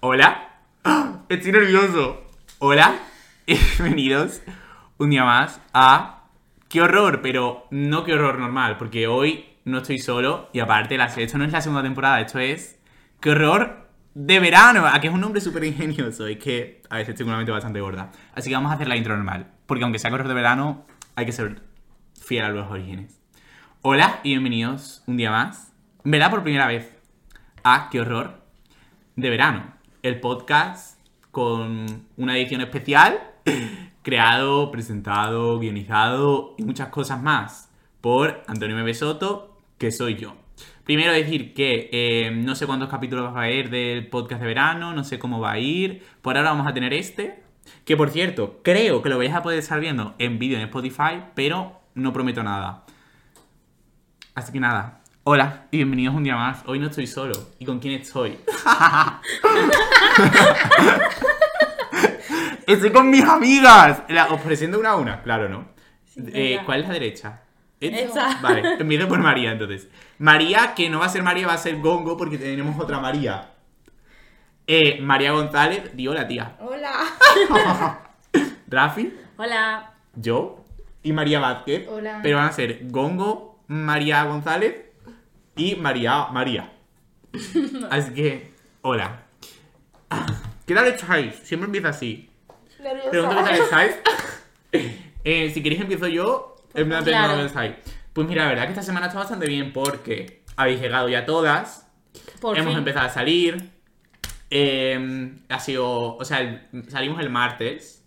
Hola. ¡Ah! Estoy nervioso. Hola. Bienvenidos un día más a Qué horror, pero no qué horror normal, porque hoy no estoy solo y aparte la- esto no es la segunda temporada, esto es Qué horror de verano, a que es un nombre súper ingenioso y que a veces tengo una mente bastante gorda. Así que vamos a hacer la intro normal, porque aunque sea Qué horror de verano, hay que ser fiel a los orígenes. Hola y bienvenidos un día más, verá por primera vez a Qué horror de verano. El podcast con una edición especial, creado, presentado, guionizado y muchas cosas más por Antonio M. Soto, que soy yo. Primero decir que eh, no sé cuántos capítulos va a haber del podcast de verano, no sé cómo va a ir. Por ahora vamos a tener este, que por cierto, creo que lo vais a poder estar viendo en vídeo en Spotify, pero no prometo nada. Así que nada, hola y bienvenidos un día más. Hoy no estoy solo. ¿Y con quién estoy? estoy con mis amigas. La- os presento una a una, claro, ¿no? Eh, venga. ¿Cuál es la derecha? ¿Eh? Esa. Vale, empiezo por María entonces. María, que no va a ser María, va a ser Gongo porque tenemos otra María. Eh, María González, digo la tía. Hola. Rafi, Hola. yo y María Vázquez. Hola. Pero van a ser Gongo, María González y María María. Así que, hola. Ah, ¿Qué tal estáis? Siempre empieza así. Pregunto qué tal estáis. Eh, si queréis empiezo yo. En plan, pregunto Claro. qué tal estáis. Pues mira, la verdad que esta semana está bastante bien porque habéis llegado ya todas. Por Hemos fin. empezado a salir. eh, ha sido. O sea, el- salimos el martes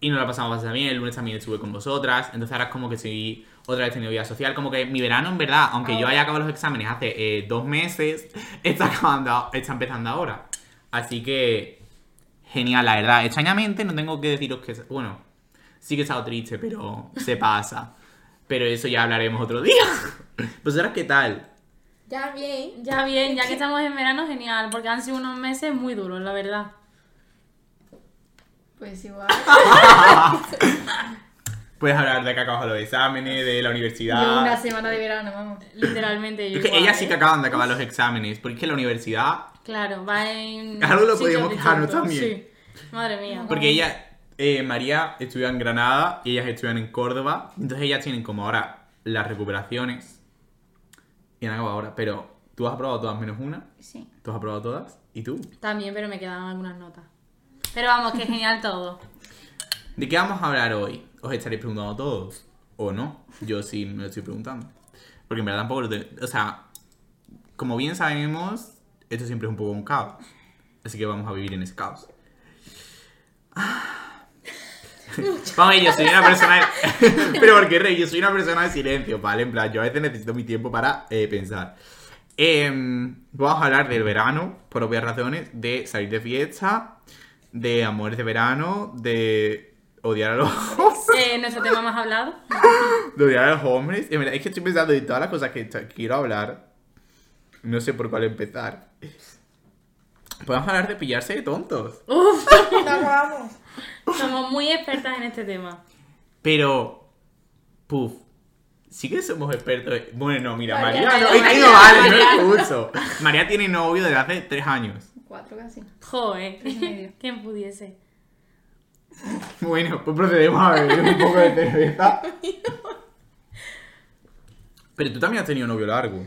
y nos la pasamos bastante bien. El lunes también estuve con vosotras. Entonces ahora es como que estoy otra vez teniendo vida social. Como que mi verano, en verdad, aunque yo Ah. Ahora. haya acabado los exámenes hace eh, dos meses, está, acabando, está empezando ahora. Así que. Genial, la verdad. Extrañamente no tengo que deciros que. Bueno, sí que he estado triste, pero se pasa. Pero eso ya hablaremos otro día. ¿Vosotras qué tal? Ya bien. Ya bien, ya que estamos en verano, genial, porque han sido unos meses muy duros, la verdad. Pues igual. Puedes hablar de que acabas los exámenes, de la Yo una universidad. semana de verano, vamos. Literalmente. yo Es que igual, ellas sí ¿eh? que acaban de acabar los exámenes, porque es que la universidad. Claro, va en. Algo lo sitios podíamos quejarnos distintos, también. sí. Madre mía. Porque ella, eh, María, estudia en Granada y ellas estudian en Córdoba. Entonces ellas tienen como ahora las recuperaciones. Y han acabado ahora. Pero tú has aprobado todas menos una. Sí. Tú has aprobado todas. ¿Y tú? También, pero me quedaban algunas notas. Pero vamos, que genial todo. ¿De qué vamos a hablar hoy? Os estaréis preguntando todos. ¿O no? Yo sí me lo estoy preguntando. Porque en verdad tampoco lo tengo. O sea, como bien sabemos, esto siempre es un poco un caos. Así que vamos a vivir en ese caos. Ah. Vamos, yo soy una persona. de- Pero porque rey, yo soy una persona de silencio, ¿vale? En plan, yo a veces necesito mi tiempo para eh, pensar. Em, vamos a hablar del verano, por obvias razones, de salir de fiesta, de amores de verano, de odiar a los Eh, Nuestro tema más hablado. de odiar a los hombres. En verdad, es que estoy pensando en todas las cosas que t- quiero hablar. No sé por cuál empezar. Podemos hablar de pillarse de tontos. Uf, vamos. somos muy expertas en este tema. Pero. Puf. Sí que somos expertos. en- Bueno, no, mira, María, María, no. María, he caído María, mal, María. no escucho. María tiene novio desde hace tres años. Cuatro casi. Joe, Tres y medio. quien pudiese. Bueno, pues procedemos a beber un poco de cerveza. Pero tú también has tenido novio largo.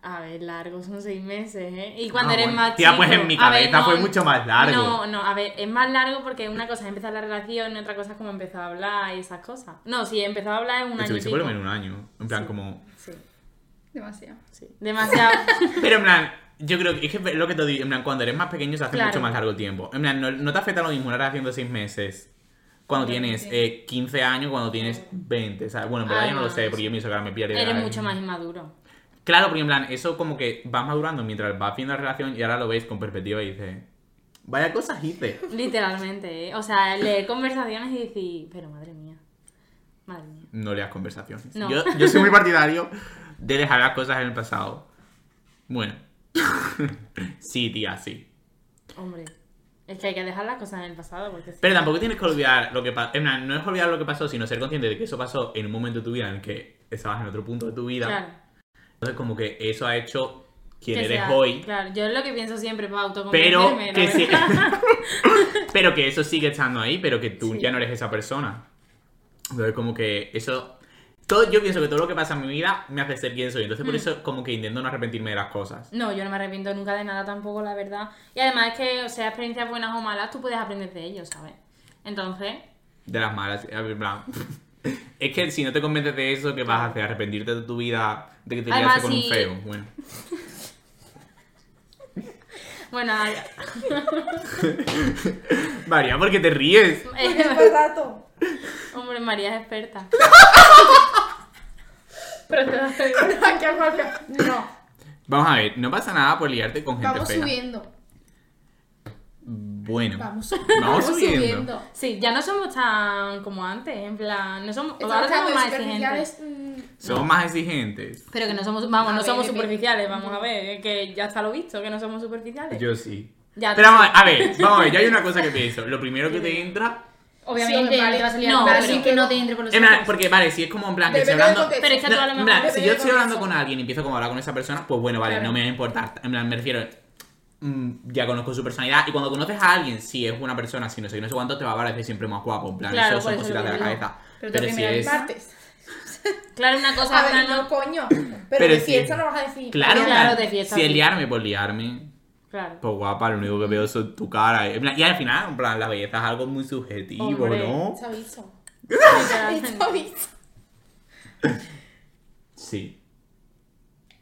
A ver, largo, son seis meses, ¿eh? Y cuando Ah, eres bueno. más Tía, chico... pues en mi a ver, cabeza fue mucho más largo. No, no, a ver, es más largo porque una cosa es empezar la relación y otra cosa es como empezar a hablar y esas cosas. No, sí, empezar a hablar es un año y Estuviste por lo pico. menos un año. En plan, Sí. como. Sí, Demasiado. sí. Demasiado... Pero en plan, yo creo que es que es lo que te digo, en plan, cuando eres más pequeño se hace Claro. mucho más largo el tiempo. En plan, no, no te afecta lo mismo una relación de 6 meses cuando Claro, tienes sí. eh, 15 años, cuando tienes 20, ¿sabes? Bueno, en verdad yo no lo sé, porque yo pienso que ahora me pierdo. Ah, eres mucho más inmaduro. Claro, porque en plan, eso como que vas madurando mientras vas viendo la relación y ahora lo ves con perspectiva y dices, vaya cosas hice. Literalmente, ¿eh? O sea, leer conversaciones y decir, pero madre mía, madre mía. No leas conversaciones. No. Yo, yo soy muy partidario de dejar las cosas en el pasado. Bueno. sí, tía, sí. Hombre, es que hay que dejar las cosas en el pasado porque... si- Pero tampoco tienes que olvidar lo que pasó. No es olvidar lo que pasó, sino ser consciente de que eso pasó en un momento de tu vida en el que estabas en otro punto de tu vida. Claro, Entonces, como que eso ha hecho quién Que eres sea- hoy. Claro, yo es lo que pienso siempre para autoconvencerme. Pero que la sí. verdad. pero que eso sigue estando ahí, pero que tú Sí. ya no eres esa persona. Entonces, como que eso. Todo, yo pienso que todo lo que pasa en mi vida me hace ser quien soy. Entonces, por Mm. eso, como que intento no arrepentirme de las cosas. No, yo no me arrepiento nunca de nada tampoco, la verdad. Y además es que, o sea, experiencias buenas o malas, tú puedes aprender de ellos, ¿sabes? Entonces, De las malas. a ver, en plan, Es que si no te convences de eso, ¿qué vas a hacer? ¿Arrepentirte de tu vida? De que te liaste Además, con si- un feo. Bueno. bueno, María, ¿por qué te ríes? Porque es eh, este barato. hombre, María es experta. Pero te lo digo. Qué guaca. No. Vamos a ver, no pasa nada por liarte con gente Vamos fea. subiendo. Bueno. Vamos, Vamos vamos subiendo. subiendo. Sí, ya no somos tan como antes, en plan, no somos, Estamos Pues ahora somos hablando más de exigentes. superficiales, mm, Somos más exigentes. Pero que no somos, vamos, A no ver, somos depende. superficiales, vamos a ver, eh, que ya está lo visto, que no somos superficiales. Yo sí. Ya, pero tú vamos sí. a, a ver, vamos a ver, yo hay una cosa que pienso. Lo primero que te entra. Obviamente Sí, no vale. te va a salir No, no, pero- que no te entre por los En plan, ojos. porque vale, si es como en plan Ah, que estoy Depende del hablando. contexto. Pero es que tú a lo No, en plan, mejor... si Depende yo del estoy hablando contexto. con alguien y empiezo como a hablar con esa persona, pues bueno, vale, Claro. no me va a importar. En plan, me refiero. mm, Ya conozco su personalidad. Y cuando conoces a alguien, si es una persona, si no sé, no sé cuánto, te va a parecer siempre más guapo. En plan, eso Claro, por son eso cositas lo de la digo. cabeza. Pero te si primero es. martes. Claro, una cosa A es una ver, no, no... coño. Pero Pero de sí. fiesta no vas a decir. Claro, Claro, en plan, de fiesta, Si es sí. liarme, pues liarme. Claro. Pues guapa, lo único que veo es tu cara. En plan, Y al final, en plan, la belleza es algo muy subjetivo, Hombre. ¿no? Te aviso. Pues- literalmente. Te aviso. Sí.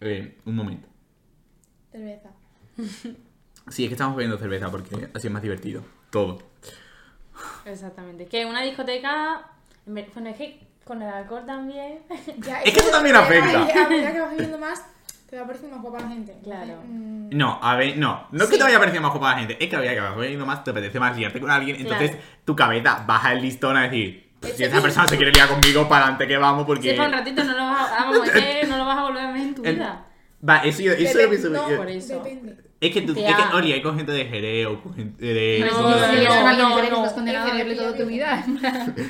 Eh, un momento. Cerveza. Sí, es que estamos bebiendo cerveza porque así es más divertido. Todo. Exactamente. Que una discoteca. en ver- Bueno, es que con el alcohol también. Ya, Es que eso también te- afecta. A medida que vas viviendo más, te va pareciendo más guapa la gente. Entonces, Claro. mm, No, a ver, no. No es que Sí. te vaya a parecer más copada la gente, es que había que vas bebiendo más, te apetece más liarte con alguien. Entonces, Claro. tu cabeza baja el listón a decir: Si Este esa persona se quiere liar conmigo, para adelante que vamos, Si es porque. para un ratito no lo vas a, vamos, es que no lo vas a volver a ver en tu En- vida. Va, eso yo, eso yo Depende- pienso. no, yo- por eso. Depende. Es que tú, es Ya. que no, liar con gente de Jereo, con gente de. No, con- no, Si no. eres una que eres, estás no. condenado a Ese verle día toda tu dijo. vida.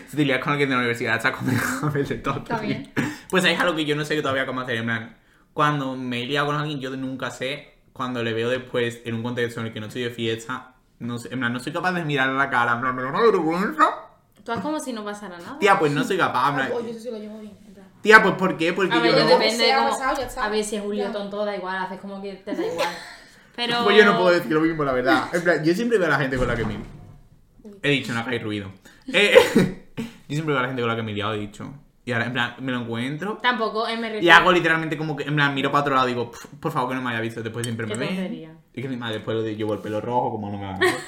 Si te lias con alguien de la universidad, estás condenado a verle todo. Está bien. Pues ahí es algo que yo no sé que todavía cómo hacer. En plan, cuando me he liado con alguien, yo nunca sé. Cuando le veo después en un contexto en el que no estoy de fiesta, no sé, en plan, no soy capaz de mirar la cara. En plan, me da una vergüenza. Tú haz como si no pasara nada. Tía, pues no soy capaz. en plan, Ah, Oye, eso sí lo llevo bien. en plan. Tía, pues ¿por qué? Porque a ver, yo, yo no. depende Se de ha cómo. pasado, ya está. A ver, si es un lío Ya. tonto, da igual, haces como que te da igual. Pero. Pues yo no puedo decir lo mismo, la verdad. En plan, yo siempre veo a la gente con la que me. He dicho, no hay ruido. Eh, yo siempre veo a la gente con la que me he liado, he dicho. Y ahora, en plan, me lo encuentro. Tampoco eh, me Y refiero- hago literalmente como que, en plan, miro para otro lado y digo, "Pf, por favor que no me haya visto, después siempre Qué me ve. tontería. Y que mi madre después lo de- llevo el pelo rojo, como no me va a ver.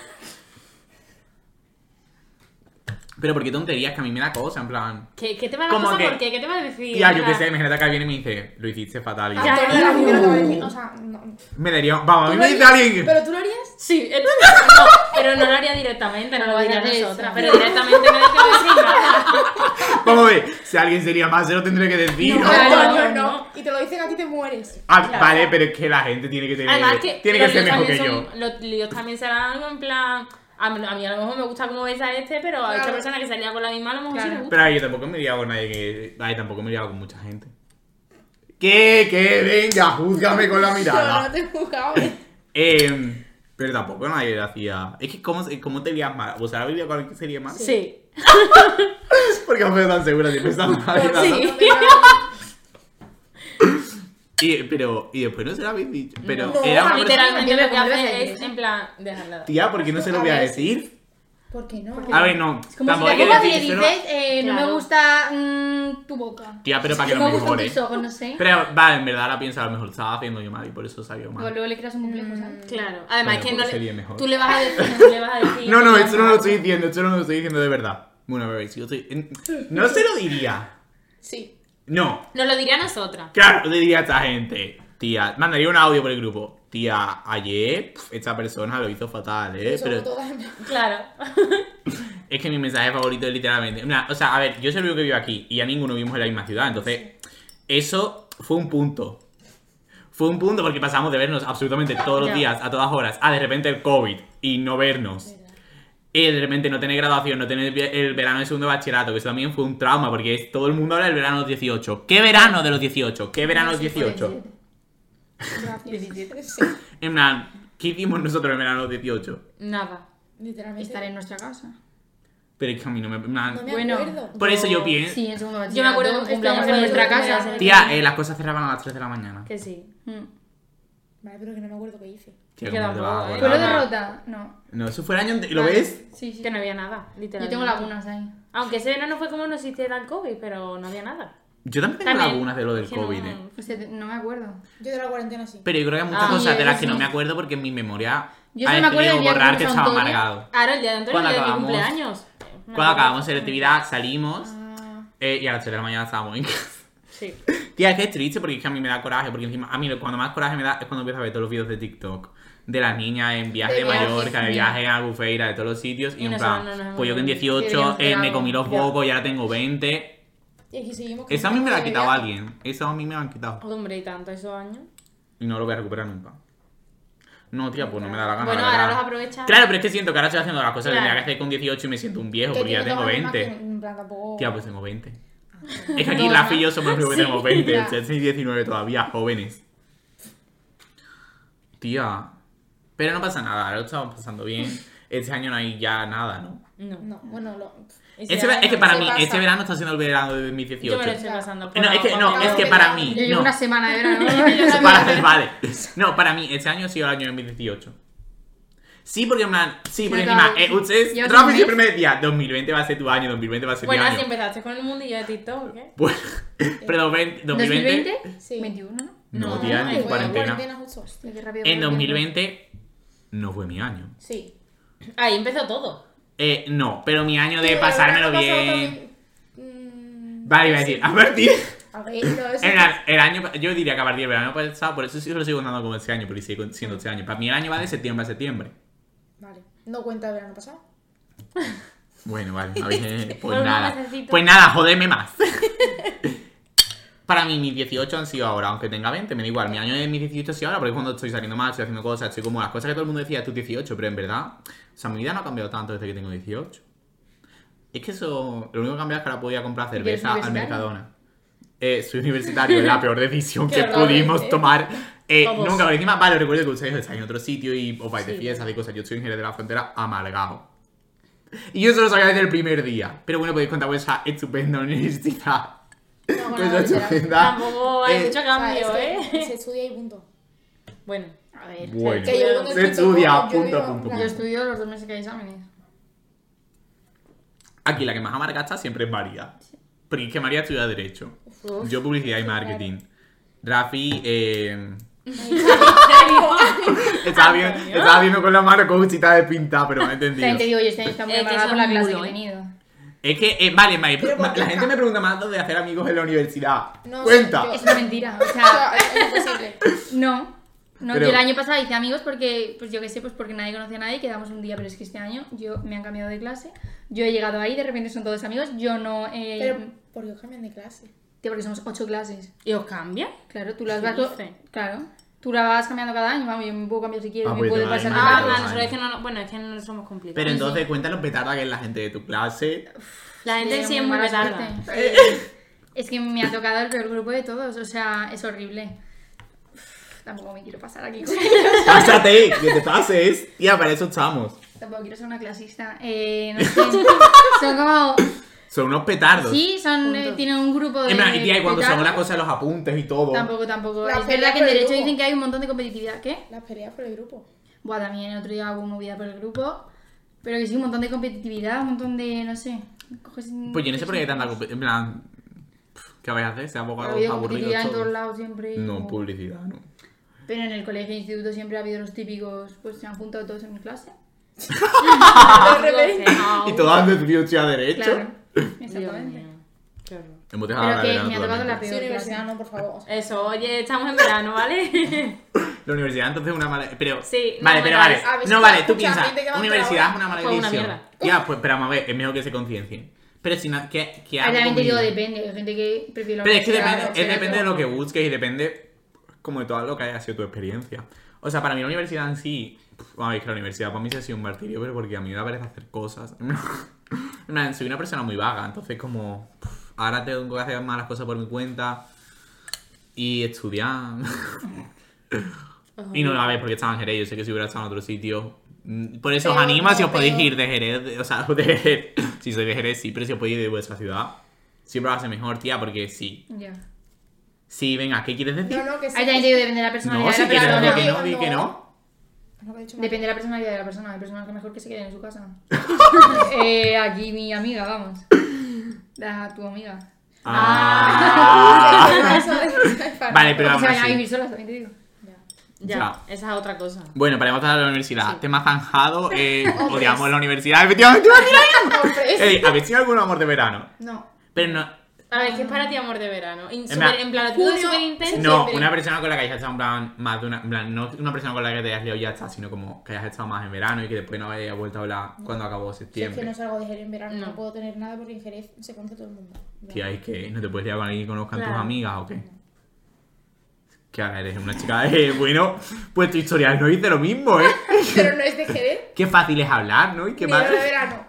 Pero porque tonterías que a mí me da cosa, en plan. ¿Qué, qué te va a Como cosa? que- ¿Por qué? ¿Qué te va a decir? Tía, yo Mira, qué sé, imagínate que alguien viene y me dice, lo hiciste fatal. y yo, Ya. Antonio de la primera te va a decir, O sea, no. me daría, vamos, a ¿Tú mí lo me dice harías? alguien. ¿Pero tú lo harías? Sí, eh, no, pero no lo haría directamente, no lo No haría harías nosotras. eso. Pero directamente no te voy a decir nada. Vamos a ver, si alguien sería más, se lo tendré que decir. No, ¿no? claro. Antonio, no. no. Y te lo dicen a ti, te mueres. Ah, claro. Vale, pero es que la gente tiene que tener. Además que tiene que los ser líos mejor que también yo. son- Los líos también serán algo en plan. A mí, a mí a lo mejor me gusta cómo ves a este, pero a esta Claro. persona que salía con la misma a lo mejor sí le Claro. gusta. Pero ay, yo tampoco me he liado con nadie que. Ay, tampoco me he liado con mucha gente. Que, que, venga, júzgame con la Yo no mirada. te juzgaba. Eh, pero tampoco nadie hacía. Es que, ¿cómo, se- cómo te lías mal? ¿Vos ahora liado con alguien que sería mal? Sí. Porque no fue tan segura siempre estaba mal. Sí. No te juzgaba. Y, pero, y después no se lo habéis dicho. Pero No, era una persona- Literalmente persona- lo que hace Dime, es en plan dejarla. Tía, ¿por qué no se lo voy a decir? ¿Por qué no? A ver, no. Es como si tampoco hay te que copas y le decírselo. dices, eh, no Claro. me gusta mm, tu boca. Tía, pero para que no lo me gustan mejores. tus ojos, no ¿eh? sé. Pero, vale, en verdad la piensa, a lo mejor estaba haciendo yo mal y por eso salió O mal. luego le creas un complejo, ¿sabes? Claro. Además Bueno, que porque no le, sería mejor. Mm. tú le vas a decir, tú le vas a decir. No, no, que esto no lo estoy diciendo, esto no lo estoy diciendo de verdad. Bueno, a ver, si yo estoy... en- No se lo diría. Sí. No, Nos lo diría a nosotras. claro, le diría a esta gente. Tía, mandaría un audio por el grupo. Tía, ayer pf, esta persona lo hizo fatal, ¿eh? Eso Pero todas en plan. Claro. es que mi mensaje favorito es literalmente... en plan, o sea, a ver, yo soy el único que vivo aquí y a ninguno vivimos en la misma ciudad, entonces eso fue un punto. Fue un punto porque pasamos de vernos absolutamente todos los Ya. días, a todas horas, a de repente el COVID y no vernos. Y de repente no tener graduación, no tener vi- el verano de segundo de bachillerato, que eso también fue un trauma, porque es- todo el mundo habla del verano de los 18. ¿Qué verano de los 18? ¿Qué verano de los 18? Gracias. 17. Sí, En plan, ¿qué hicimos nosotros en verano de 18? Nada. literalmente. Estar en nuestra casa. Pero es que a mí no me... en plan, No me Bueno. acuerdo. Por eso yo pienso... Sí, en segundo Yo me acuerdo de un bachillerato, cumpleaños estábamos en en nuestra segundo casa. bachillerato. Tía, eh, las cosas cerraban a las 3 de la mañana. Que sí. Mm. Vale, pero que no me acuerdo qué hice. Tía, que ¿cómo te tampoco, vas a ¿eh? acordar? ¿Fue lo Nada. de rota? No. No, eso fue el año... ante- ¿Lo Vale. ves? Sí, sí. Que no había nada, Yo literalmente. tengo lagunas ahí. Aunque ese verano fue como no existiera el COVID, pero no había nada. Yo también tengo También, algunas de lo del que no- COVID, eh. O sea, te- no me acuerdo. Yo de la cuarentena sí. Pero yo creo que hay muchas Ah, cosas de las que sí. no me acuerdo porque en mi memoria Yo ha solo me acuerdo decidido del día que borrar que fuimos a estaba Antonia. amargado. Ahora el día de Antonio, ¿Cuándo el día de mi acabamos? cumpleaamos. Me Cuando acuerdo. acabamos en actividad salimos eh, y a las 3 de la mañana estábamos en casa. Sí. Tía, es que es triste porque es que a mí me da coraje, porque encima, a mí lo- cuando más coraje me da es cuando empiezo a ver todos los videos de TikTok de las niñas en viaje de, De viajes, Mallorca, de sí. viaje en Albufeira, de todos los sitios y, Y en nosotros plan, no nos hemos pues yo que en ido. Sí, 18 deberíamos eh, me hacer comí algo. los bocos y ahora tengo 20. Y aquí seguimos con Eso a mí me lo ha de quitado viaje. alguien, eso a mí me lo han quitado Hombre, y tanto esos años. y no lo voy a recuperar nunca. No, tía, pues no me da la gana. Bueno, la ahora verdad. los aprovechas. Claro, pero es que siento que ahora estoy haciendo las cosas que Claro. tenía que hacer con 18 y me siento un viejo Que porque ya tiene tengo todas las 20. mismas que En plan, tampoco. Tía, pues tengo 20. Es que aquí Todos, la ¿no? y yo somos los que tenemos 20. ya. Ustedes sois 19 todavía, jóvenes. Tía. Pero no pasa nada, ahora lo estamos pasando bien. Este año no hay ya nada, ¿no? No. No, bueno, lo. Ese Este ver- es verano que para se mí, pasa. este verano está siendo el verano de 2018. Yo me lo estoy pasando. por No, es agua, que, no, por es que agua. para mí. Yo llevo no. una semana de verano. Para- vale. No, para mí, este año ha sido el año 2018. Sí, porque en plan, sí, porque encima, Claro. eh, ustedes, Ya Rafa un siempre me mes. decía, 2020 va a ser tu año, 2020 va a ser Bueno, mi así año. Pues, empezaste con el mundillo de TikTok, ¿qué? Bueno, pero 20 2020, ¿2020? Sí. 21. no, No, tía, no, ni en Bueno, cuarentena. cuarentena justo. Sí, qué rápido En fue el tiempo. 2020 no fue mi año. Sí. Ahí empezó todo. Eh, no, pero mi año de Pero pasármelo el verano pasado bien. también- Mm, Vale, iba a decir, a partir. A ver, no, eso- en plan, el año, yo diría que a partir del verano pasado, por eso sí lo sigo contando como este año, porque sigue siendo este año. Para mí el año va de septiembre a septiembre. Vale. No cuenta el verano pasado. Bueno, vale, a ver, Por pues un nada. mesecito. Pues nada, jodeme más. Para mí, mis 18 han sido ahora, aunque tenga 20, me da igual. Mi año de mis 18 ha sido ahora, porque es cuando estoy saliendo más, estoy haciendo cosas, estoy como las cosas que todo el mundo decía, tus 18, pero en verdad, o sea, mi vida no ha cambiado tanto desde que tengo 18. Es que eso, lo único que ha cambiado es que ahora podía comprar ¿Y eres cerveza al universitario? Mercadona. Eh, soy universitario, es la peor decisión que Qué horror, pudimos ¿eh? tomar. Eh, Todos. nunca, pero encima, vale, recuerdo que ustedes estáis en otro sitio y os vais de Sí. fiestas y cosas. Yo estoy en Jerez de la Frontera amargado. Y yo eso lo sabía desde el primer día. Pero bueno, podéis contar vuestra estupenda universidad. No, Pues no, estupenda. Tampoco hay eh, mucho O sea, Ah, es cambio, que ¿eh? Se estudia y punto. Bueno, A ver. Bueno. Que yo Se creo que es estudia, punto, punto, yo digo, punto, en Yo punto. plan, estudio los dos meses que hay exámenes. Aquí la que más amarga está siempre es María. Porque es que María estudia Derecho. Uf. Yo Publicidad y Marketing. Rafi, eh... Estaba viendo, estaba viendo con la mano cochita de pinta, pero me ha entendido. También te digo, yo este año está muy Es que amargada son por la clase que culo, he ¿eh? tenido. Es que, eh, vale, Mari, Pero la porque- gente me pregunta más de hacer amigos en la universidad. No, Cuenta. sí, Es una mentira. O O sea, sea, es imposible. no. No, Pero- yo el año pasado hice amigos porque, pues yo qué sé, pues porque nadie conocía a nadie, quedamos un día, pero es que este año yo me han cambiado de clase, yo he llegado ahí, de repente son todos amigos, yo no... Eh, Pero, ¿por qué os cambian de clase? Tío, porque somos ocho clases. ¿Y os cambia? Claro, tú las Sí, vas... dice. Claro. Tú la vas cambiando cada año, vamos, yo me puedo cambiar si quiero, Ah, me pues puedo tú, pasar vale, de vale. Ah, carrera. dos claro, años. nosotros es que no, nos- bueno, es que no somos complicados. Pero entonces, cuéntanos petarda que es la gente de tu clase. la gente sí es muy mala petarda. suerte. Eh, Es que me ha tocado el peor grupo de todos, o sea, es horrible. Uf, Tampoco me quiero pasar aquí. Pásate, que te pases. Tía, para eso estamos. Tampoco quiero ser una clasista. Eh, no sé. Son como. Son unos petardos. Sí, son, eh, Punto. tienen un grupo de. En plan, y tía, y cuando se hago petardos. la cosa de los apuntes y todo. Tampoco, tampoco. La es pelea verdad que por en el derecho grupo. dicen que hay un montón de competitividad. ¿Qué? Las peleas por el grupo. Buah, también el otro día hubo movida por el grupo. Pero que sí, un montón de competitividad, un montón de. No sé. Coges, Pues yo no sé por qué hay tanta compe- En plan, pff, ¿qué vais a hacer? Se ha Ha abogado habido aburrido. competitividad en todo. todos lados siempre. No, pues como- publicidad, no. Pero en el colegio e instituto siempre ha habido los típicos, pues se han juntado todos en mi clase. Ah, Y todos han decidido estudiar Derecho. Ah, Claro, Dios exactamente. mío. Qué horror. Hemos dejado Pero hablar que de me ha tocado la naturalmente. Sí, peor universidad, clase. "Ah, no, por favor. O sea, Eso, oye, estamos en verano, ¿vale? La universidad entonces es una mala. Pero. Sí, no, Vale, pero no, vale. a ver, No, si vale, escucha tú piensas. gente que va a Universidad entrar es una mala Fue una decisión. mierda. Ya, pues, pero vamos a ver, es mejor que se conciencien. Pero si no, que. que Ahora hagan también te digo, comida. depende. Hay gente que prefiere la Pero es que universidad, depende, o es sea, depende de lo que busques y depende como de todo lo que haya sido tu experiencia. O sea, para mí la universidad en sí, pf, vamos, es que la universidad para mí se ha sido un martirio, pero porque a mí me parece hacer cosas. En plan, soy una persona muy vaga, entonces como pf, ahora tengo que hacer más las cosas por mi cuenta y estudiar. Y no la ves porque estaba en Jerez. Yo sé que si hubiera estado en otro sitio. mm, Por eso os anima si os podéis ir de Jerez. de- O sea, de Jerez. Si sois de Jerez, sí, pero si os podéis ir de vuestra ciudad. Siempre va a ser mejor, tía, porque sí. Ya. Sí, venga, ¿qué quieres decir? No, no, que sí. Ahí también te digo, depende de la No, personalidad de si la quieres decir persona. no, que no, no. di que no. No, que he dicho mal. Depende de la personalidad de la persona. Hay personas que mejor que se queden en su casa. eh, aquí mi amiga, vamos. La, tu amiga. Ah. Eso, eso, eso, eso, eso. Vale, pero O vamos sea, a así. vivir solas, también te digo. Ya, esa es otra cosa. Bueno, para empezar a la universidad. Tema zanjado. Eh, odiamos la universidad. Efectivamente, iba a decir Hombres. ahí. Ey, ¿habéis tenido algún amor de verano? No. Pero no. A ver, que es para ti amor de verano. In- En super- plan- en plan, lo tuyo Junio, súper intenso. No, siempre. una persona con la que hayas estado en plan más de una. En plan, no una persona con la que te hayas liado y ya está, sino como que hayas estado más en verano y que después no hayas vuelto a hablar cuando acabó Si es que septiembre. no salgo de Jerez en verano, No. no. puedo tener nada porque en Jerez se conoce todo el mundo. Ya. Tía, es que no te puedes liar con alguien que conozcan Claro. tus amigas o qué. Que ahora eres una chica de. Bueno, pues tu historial no dice lo mismo, ¿eh? Pero no es de Jerez, Qué fácil es hablar, ¿no? Y qué ni era más. de verano.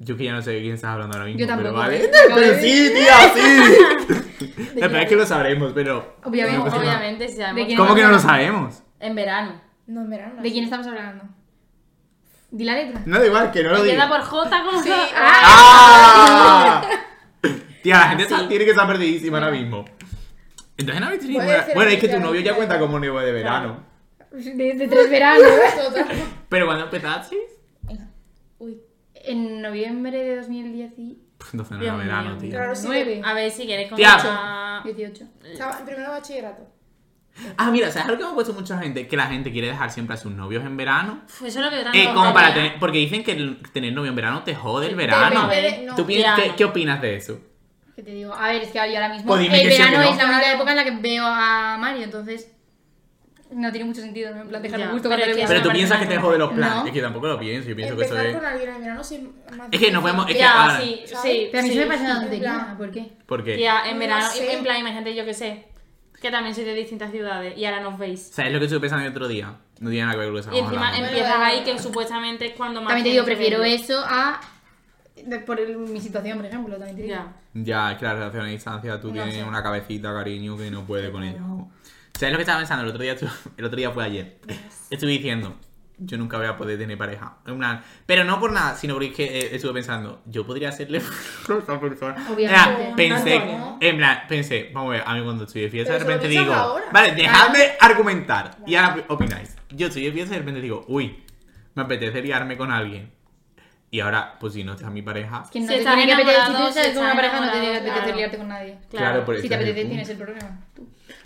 Yo que ya no sé de quién estás hablando ahora mismo, Yo tampoco, pero vale. ¿eh? pero sí, tía, sí. La verdad es que lo sabremos, pero. Obviamente, no pasa nada. Obviamente, si sabemos. ¿De quién? ¿Cómo que no lo sabemos? En verano. No en verano. ¿De quién estamos hablando? Di la letra. No, da igual, que no lo Empieza diga. por J como Sí. que- Ah, ¡Ah! Tía, la gente Sí. está- tiene que estar perdidísima ahora mismo. Entonces no habéis tenido Puede ninguna- ser Bueno, es que tu oficial, novio ya claro. cuenta como novio de verano. De, de tres veranos. Total. Pero cuando empezasteis. Uy. En noviembre de 2018. Pff, Entonces no Dios era verano, mío. tío. Claro, sí. Nueve. A ver si quieres con Tía. mucha- Estaba en primero de bachillerato. Ah, mira, ¿sabes algo que me ha puesto mucha gente? Que la gente quiere dejar siempre a sus novios en verano. Uf, Eso es lo que tanto Eh, como para odia. tener. Porque dicen que el- tener novio en verano te jode el Depende verano. de- no, ¿Tú piensas- tía, qué, no. qué opinas de eso? Que te digo, a ver, es que yo ahora mismo. Pues dime el que sí, verano que no. es la única época en la que veo a Mario, entonces. No tiene mucho sentido, ¿no? En plan, dejarme Ya, pero gusto cuando es le que veo. Pero no tú parece piensas que nada te jode los normal. planes. No. Es que tampoco lo pienso. Yo pienso que eso Empezar es. con alguien en verano sí, más Es que nos difícil. vemos- es que Ya, ahora- sí, ¿Sabes? sí. Pero a mí sí. se me parece una en tontería. plan- ¿Por qué? Porque. Tía, en No verano, sé. en plan, imagínate, yo que sé, que también soy de distintas ciudades y ahora nos veis. ¿Sabes lo que estuve pensando el otro día? No tiene nada que ver con lo que Y estábamos encima hablando. empiezas ahí que supuestamente es cuando más. También te digo, gente prefiero ve. eso a. de- por el- mi situación, por ejemplo, también te digo. Ya. Ya, es que la relación a distancia, tú No tienes sé. una cabecita, cariño, que no puede con ella. ¿Sabes lo que estaba pensando? El otro día, estu- el otro día fue ayer. Estuve diciendo, yo nunca voy a poder tener pareja. En plan, pero no por nada, sino porque es que, eh, estuve pensando, yo podría hacerle a esa persona. Obviamente. En plan, pensé, Tanto, en plan, pensé, vamos a ver, a mí cuando estoy de fiesta, de Pero se lo repente piensas digo, ahora. vale, dejadme argumentar. Y ahora opináis. Yo estoy de fiesta y de repente digo, uy, me apetece liarme con alguien. Y ahora, pues si no está mi pareja, Que no Si te estás tiene que apetecer. Si tú enamorado, estás si con una estás pareja, no te tiene que enamorado, apetecer claro. liarte con nadie. Claro, por eso Si te es el apetece, punto. tienes el problema.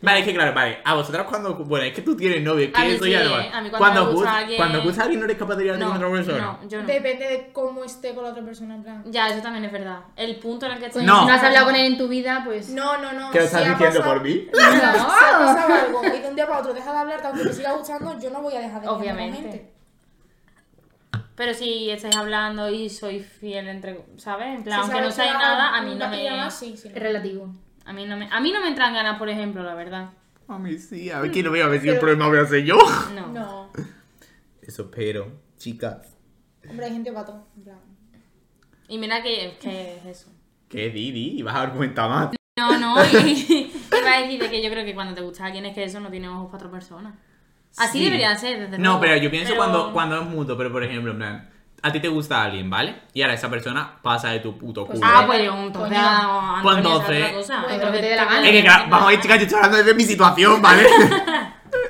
Vale, es que claro, vale. A vosotras cuando. Bueno, es que tú tienes novio, es que A mí eso sí, ya no ¿eh? vale. A mí cuando cuando, me gusta gus- alguien- cuando gusta a alguien no eres capaz de liarte No, con otra persona. no, yo no. Depende de cómo esté con la otra persona, en plan. Ya, eso también es verdad. El punto en el que Pues, estoy. No. Si no has hablado con él en tu vida, pues. No, no, no. ¿Qué lo si estás ha diciendo pasado- por mí? No, no, No. Si ha pasado algo y de un día para otro deja de hablarte, aunque te siga gustando, yo no voy a dejar de hablar Obviamente. Pero si estáis hablando y soy fiel entre, ¿sabes? En plan, aunque no sabes sea que nada, a mí un no día me más, sí, sí, no. Es relativo. a mí no me a mí no me entran ganas, por ejemplo, la verdad. A mí sí, a ver quién lo veo, a ver si el Pero- problema voy a ser yo. No. No. Eso espero, chicas. Hombre, hay gente pato. En plan. Y mira que, que es eso. ¿Qué, Didi? ¿Y vas a argumentar más? No, no, y iba a decir de que yo creo que cuando te gusta alguien es que eso no tiene ojos para otra persona. Así Sí. debería ser, desde No, luego, pero yo pienso cuando, cuando es mutuo, pero por ejemplo, en plan, a ti te gusta alguien, ¿vale? Y ahora esa persona pasa de tu puto culo. Ah, pues entonces... Coño. ah, Pues Antonio, esa entonces- otra cosa. Bueno, Entonces, lo que te dé la gana. Es que claro, vamos a ver, chicas, yo estoy hablando desde mi situación, ¿vale?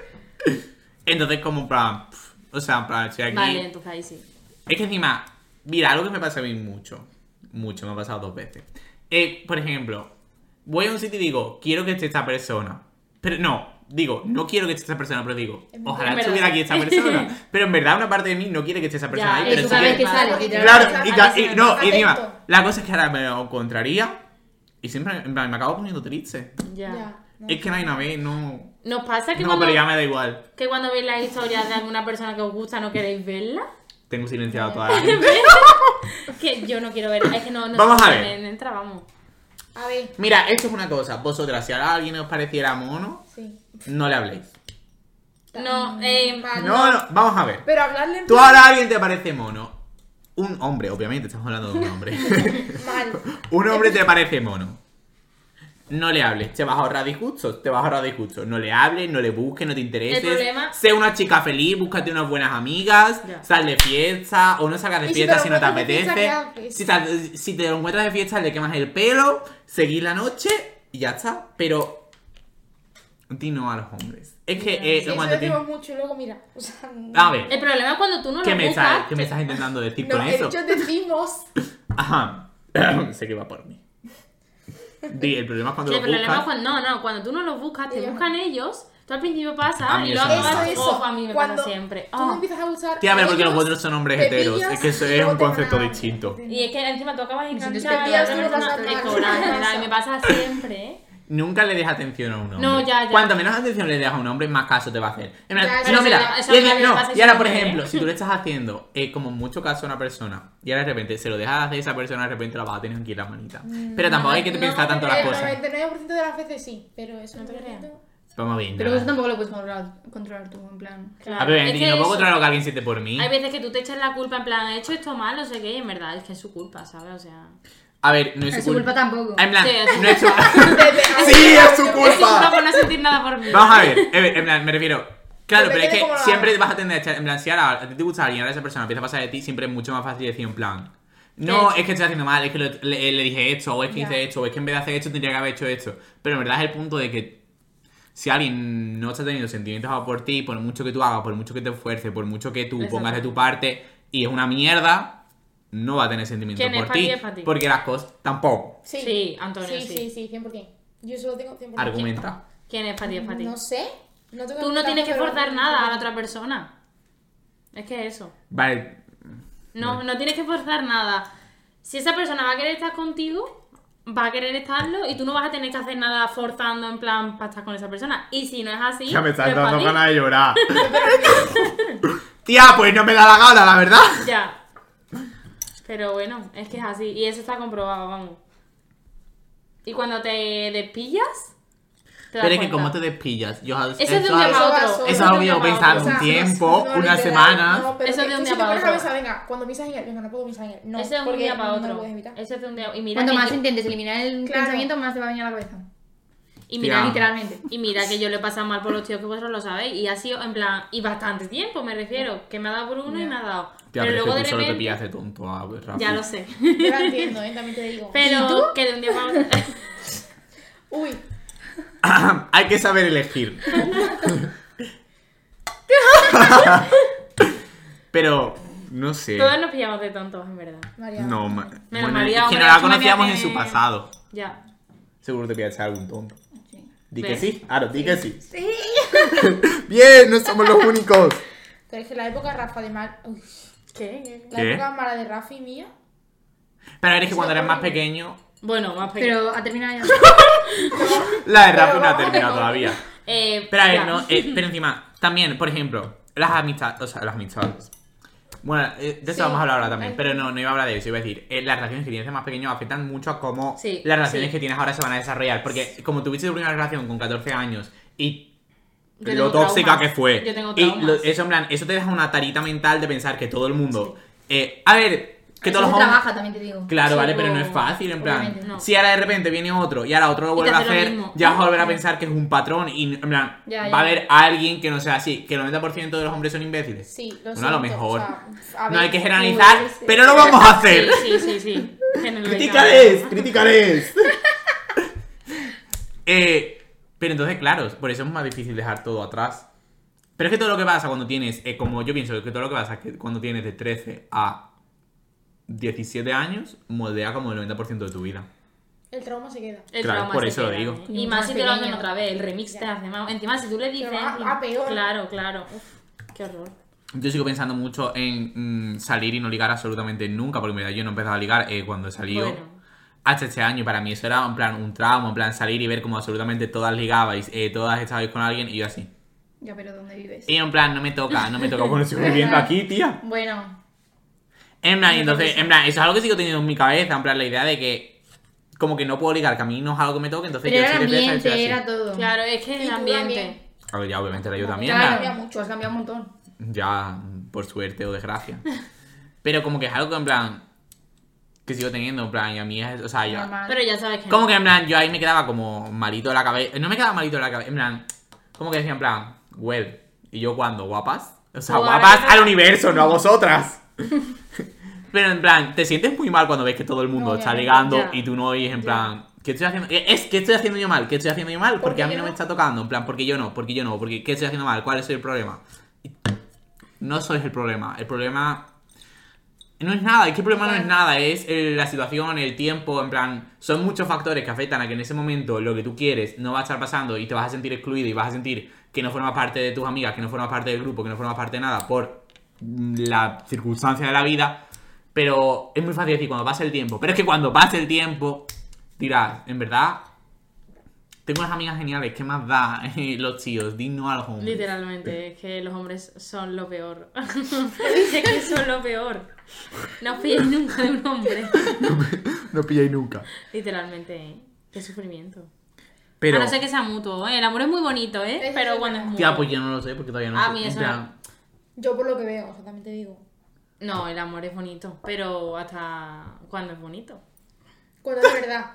Entonces, como en plan. pf, O sea, en plan, estoy aquí. Vale, entonces ahí sí. Es que encima, mira, algo que me pasa a mí mucho, mucho, me ha pasado dos veces. Eh, por ejemplo, voy a un sitio y digo, quiero que esté esta persona. Pero no, digo, no quiero que esté esta persona, pero digo, ojalá en estuviera aquí verdad. esta persona. Pero en verdad una parte de mí no quiere que esté esa persona ahí. es Pero Eso sí cada que- vez que sale, Claro, Claro, Claro, y, a ca- mí sí y- me no, pasa y encima, atento. la cosa es que ahora me lo encontraría y siempre, en plan, me acabo poniendo triste. Ya. Ya. no. Es que no hay una vez, no... ¿Nos pasa que, No, cuando, pero ya me da igual. que cuando veis las historias de alguna persona que os gusta no queréis verla? Tengo silenciado a toda la gente. Que yo no quiero verla, es que no, no Vamos sé, a ver. me- me entra, vamos. A ver, Mira, esto es una cosa. Vosotras, si ahora alguien os pareciera mono, sí. no le habléis. No, eh, Vale. No, no, vamos a ver. Pero hablarle en Tú ahora alguien te parece mono. Un hombre, obviamente, estamos hablando de un hombre. plan mal. un hombre te parece mono. no le hables, te vas a ahorrar disgustos, te vas a ahorrar disgustos. No le hables, no le busques, no te intereses. El problema- Sé una chica feliz, búscate unas buenas amigas, Ya. sal de fiesta o no salgas de Y si fiesta te si lo no te encuentras de fiesta, apetece. ¿qué Si haces? te, si te lo encuentras de fiesta, le quemas el pelo, seguís la noche y ya está. Pero di no a los hombres. Es que eh, Sí, eso cuando lo te- decimos mucho y luego mira. O sea, no. A ver, El problema es cuando tú no ¿qué lo me, buscas. estás, ¿qué me estás intentando decir Ah, No, eh, con he eso? dicho decimos. Ajá. sé que va por mí. Di, el problema es cuando Sí, lo pero el problema es buscas. cuando, no, no, cuando tú no los buscas, te Ellos- buscan ellos, tú al principio A pasas mí y Ah, eso luego me Eso, pasa. vas, eso. "Oh, a mí me Cuando pasa siempre. Tú Oh". empiezas a usar. Tía, pero porque ellos, los otros son hombres te heteros. pillas Es que eso y es luego un te concepto van a- distinto. Y es que encima tú acabas siento enganchada y especial, ahora no no lo una pasas mal. recobrada, y me pasa siempre, ¿eh? Nunca le des atención a un hombre. No, ya, ya. Cuanto menos atención le des a un hombre, más caso te va a hacer. En plan, Ya, no, eso sí, mira, eso y, es me- que- me no, pasa y ahora, por siempre, ¿eh? ejemplo, si tú le estás haciendo eh, como mucho caso a una persona y ahora de repente se lo dejas hacer a esa persona, de repente la vas a tener aquí en la manita. Pero tampoco hay que Mm, no, pensar tanto las El cosas. 99% de las veces sí, pero eso No te es creas. cierto. Vamos bien. Pero ya. eso tampoco lo puedes controlar, controlar tú, en plan. A ver, Es y que no puedo eso- controlar lo que alguien siente por mí. Hay veces que tú te echas la culpa, en plan, he hecho esto mal, o sé qué, y en verdad es que es su culpa, ¿sabes? O sea. A ver, no es, Ah, Es su culpa tampoco. En plan, Sí, es- no es su ¡Sí, Sí, es su Es su culpa culpa! por no sentir nada por mí. Vamos a ver, en ver- en plan, me refiero. Claro, Depende pero es de que cómo lo siempre hagas. vas a tender a echar. En plan, si ahora a ti te gusta alguien, ahora esa persona empieza a pasar de ti, siempre es mucho más fácil decir, en plan. No, Sí. es que estoy haciendo mal, es que lo- le, le dije esto, o es que Ya. hice esto, o es que en vez de hacer esto tendría que haber hecho esto. Pero en verdad es el punto de que si alguien no está teniendo sentimientos por ti, por mucho que tú hagas, por mucho que te esfuerces, por mucho que tú Exacto. pongas de tu parte y es una mierda, no va a tener sentimientos ¿Quién es por pa' ti, ti. es pa' ti? Porque las cosas tampoco. Sí, Sí, Antonio, Sí, sí. sí, sí, 100%. Yo solo tengo 100%. Argumenta. ¿Quién es para ti? Es para ti. No sé. No tengo Tú no tienes que tanto, pero- forzar nada a la otra persona. Es que eso. Vale, No, no tienes que forzar nada. Si esa persona va a querer estar contigo, va a querer estarlo y tú no vas a tener que hacer nada forzando en plan para estar con esa persona. Y si no es así, Ya me estás pues pa' dando ti. ganas de llorar. Tía, pues no me da la gana, la verdad. Ya. Pero bueno, es que es así. Y eso está comprobado, vamos. Y cuando te despillas, te das Pero es que cuenta. como te despillas, yo Eso es de un día eso- para Eso otro. va eso es algo que yo de he un día para pensado un otro. O sea, tiempo, no, una literal, semana. no, pero Eso de es que un si día para te pones a otro. pensar, venga, cuando piensas en él, venga, no puedo pensar en él. No, Eso es de un porque día para No lo otro. puedes evitar. Eso es de un día. Y mira, Cuanto que más yo- intentes eliminar el Claro. pensamiento, más te va a venir a la cabeza. y mira, Ya. Literalmente. y mira que yo le he pasado mal por los tíos que vosotros lo sabéis. Y ha sido en plan, y bastante tiempo me refiero, que me ha dado por uno y me ha dado. Tía, pero pero luego es que de tú solo te repente. pillas de tonto ah, a Rafa. ya lo sé. Yo la entiendo, ¿eh? También te digo. Pero que de un día para otro. Uy, Hay que saber elegir. pero, no sé. Todos nos pillamos de tontos, en verdad. María. No, ma- Menos bueno, María, es que hombre, no la María conocíamos en su tiene- pasado. Ya. Seguro te pillaste a algún tonto. Sí. Di que ¿Ves? sí, claro, di que sí. Sí. Bien, no somos los únicos. Pero es que la época Rafa de mal. Uy, ¿Qué? la ¿Qué? época mala de Rafa y mía. Pero a ver, es que cuando eres más pequeño, Bueno, más pequeño. Pero ha terminado ya. la de Rafa Pero no ha vamos a terminado ver. todavía. Eh, Pero a ver, ya. no, eh, pero encima, también, por ejemplo, las amistades, o sea, las amistades. Bueno, eh, de eso Sí. vamos a hablar ahora también, Ay. pero no, no iba a hablar de eso, iba a decir, eh, las relaciones que tienes de más pequeño afectan mucho a cómo Sí, las relaciones sí. que tienes ahora se van a desarrollar, porque como tuviste tu primera relación con 14 años y Yo tengo lo tóxica traumas. que fue. Yo tengo y traumas. lo- eso, en plan, eso te deja una tarita mental de pensar que todo el mundo... eh, a ver, que Eso todos se los hombres... trabaja, también te digo. Claro, Sí, vale, o- pero no es fácil, en plan. obviamente no. Si ahora de repente viene otro y ahora otro lo Y te vuelve a hace lo hacer, mismo. ya vas a volver a pensar que es un patrón y en plan, Ya, ya. va a haber alguien que no sea así, que el 90% de los hombres son imbéciles. Sí, lo Bueno, a lo siento, mejor. o sea, no a ver, hay que generalizar, uy, sí. pero lo vamos a hacer. Sí, sí, sí. sí. En el ¡Criticaréis! ¡Criticaréis! Eh, pero entonces, claro, por eso es más difícil dejar todo atrás. Pero es que todo lo que pasa cuando tienes, eh, como yo pienso que todo lo que pasa que cuando tienes de 13 a 17 años, moldea como el 90% de tu vida. El trauma se queda. El Claro, trauma por se eso lo queda, digo. ¿eh? Y Y más más si te lo hacen pequeño. otra vez, el remix te hace más. Encima, si tú le dices. va encima- a peor. Claro, claro. Uf, qué horror. Yo sigo pensando mucho en mm, salir y no ligar absolutamente nunca, porque en verdad yo no he empezado a ligar eh, cuando salí Bueno. hasta este año. y Para mí eso era en plan un trauma, en plan salir y ver como absolutamente todas ligabais, eh, todas estabais con alguien y yo así. Ya, pero ¿dónde vives? Y en plan, no me toca, no me toca. Bueno, estoy viviendo aquí, tía. Bueno, En plan, y entonces, en plan, eso es algo que sigo teniendo en mi cabeza. En plan, la idea de que, como que no puedo ligar, que a mí no es algo que me toque, entonces pero yo era soy el de fiesta, yo ambiente, soy así. era todo. Claro, es que Y el tú ambiente. también. A ver, ya, obviamente era yo también. Claro, en plan, tú has cambiado un montón. Ya, por suerte o desgracia. Pero como que es algo que, en plan, que sigo teniendo, en plan, y a mí es, o sea, yo... Normal. Pero ya sabes que Como no. que en plan, yo ahí me quedaba como malito de la cabeza. No me quedaba malito de la cabeza, en plan, como que decía en plan, well, ¿y yo cuándo? ¿Guapas? O sea, Guau. guapas al universo, no a vosotras. Pero en plan, te sientes muy mal cuando ves que todo el mundo está Obviamente, ligando ya. y tú no y es en plan, ¿qué estoy haciendo? Eh, Es que estoy haciendo yo mal, ¿qué estoy haciendo yo mal? Porque qué a mí no yo? me está tocando, en plan, porque yo no, porque yo no, porque ¿qué estoy haciendo mal? ¿Cuál es el problema? Y- No sois el problema, el problema no es nada, es que el problema no es nada, es eh, la situación, el tiempo, en plan, son muchos factores que afectan a que en ese momento lo que tú quieres no va a estar pasando y te vas a sentir excluido y vas a sentir que no formas parte de tus amigas, que no formas parte del grupo, que no formas parte de nada por mm, la circunstancia de la vida, pero es muy fácil decir cuando pase el tiempo, pero es que cuando pase el tiempo dirás, en verdad, tengo unas amigas geniales, ¿qué más da los tíos? Digno a los hombres. Literalmente, es que los hombres son lo peor. es que son lo peor. No os pilléis nunca de un hombre. No pilláis nunca. Literalmente, ¿eh? qué sufrimiento. Pero... A no ser que sea mutuo, ¿eh? el amor es muy bonito, ¿eh? Eso pero sí, cuando es verdad. mutuo. Tía, pues yo no lo sé porque todavía no A sé. mí En eso plan, no. Yo por lo que veo, o sea, también te digo. pues. No, el amor es bonito, pero hasta cuando es bonito. Cuando es verdad.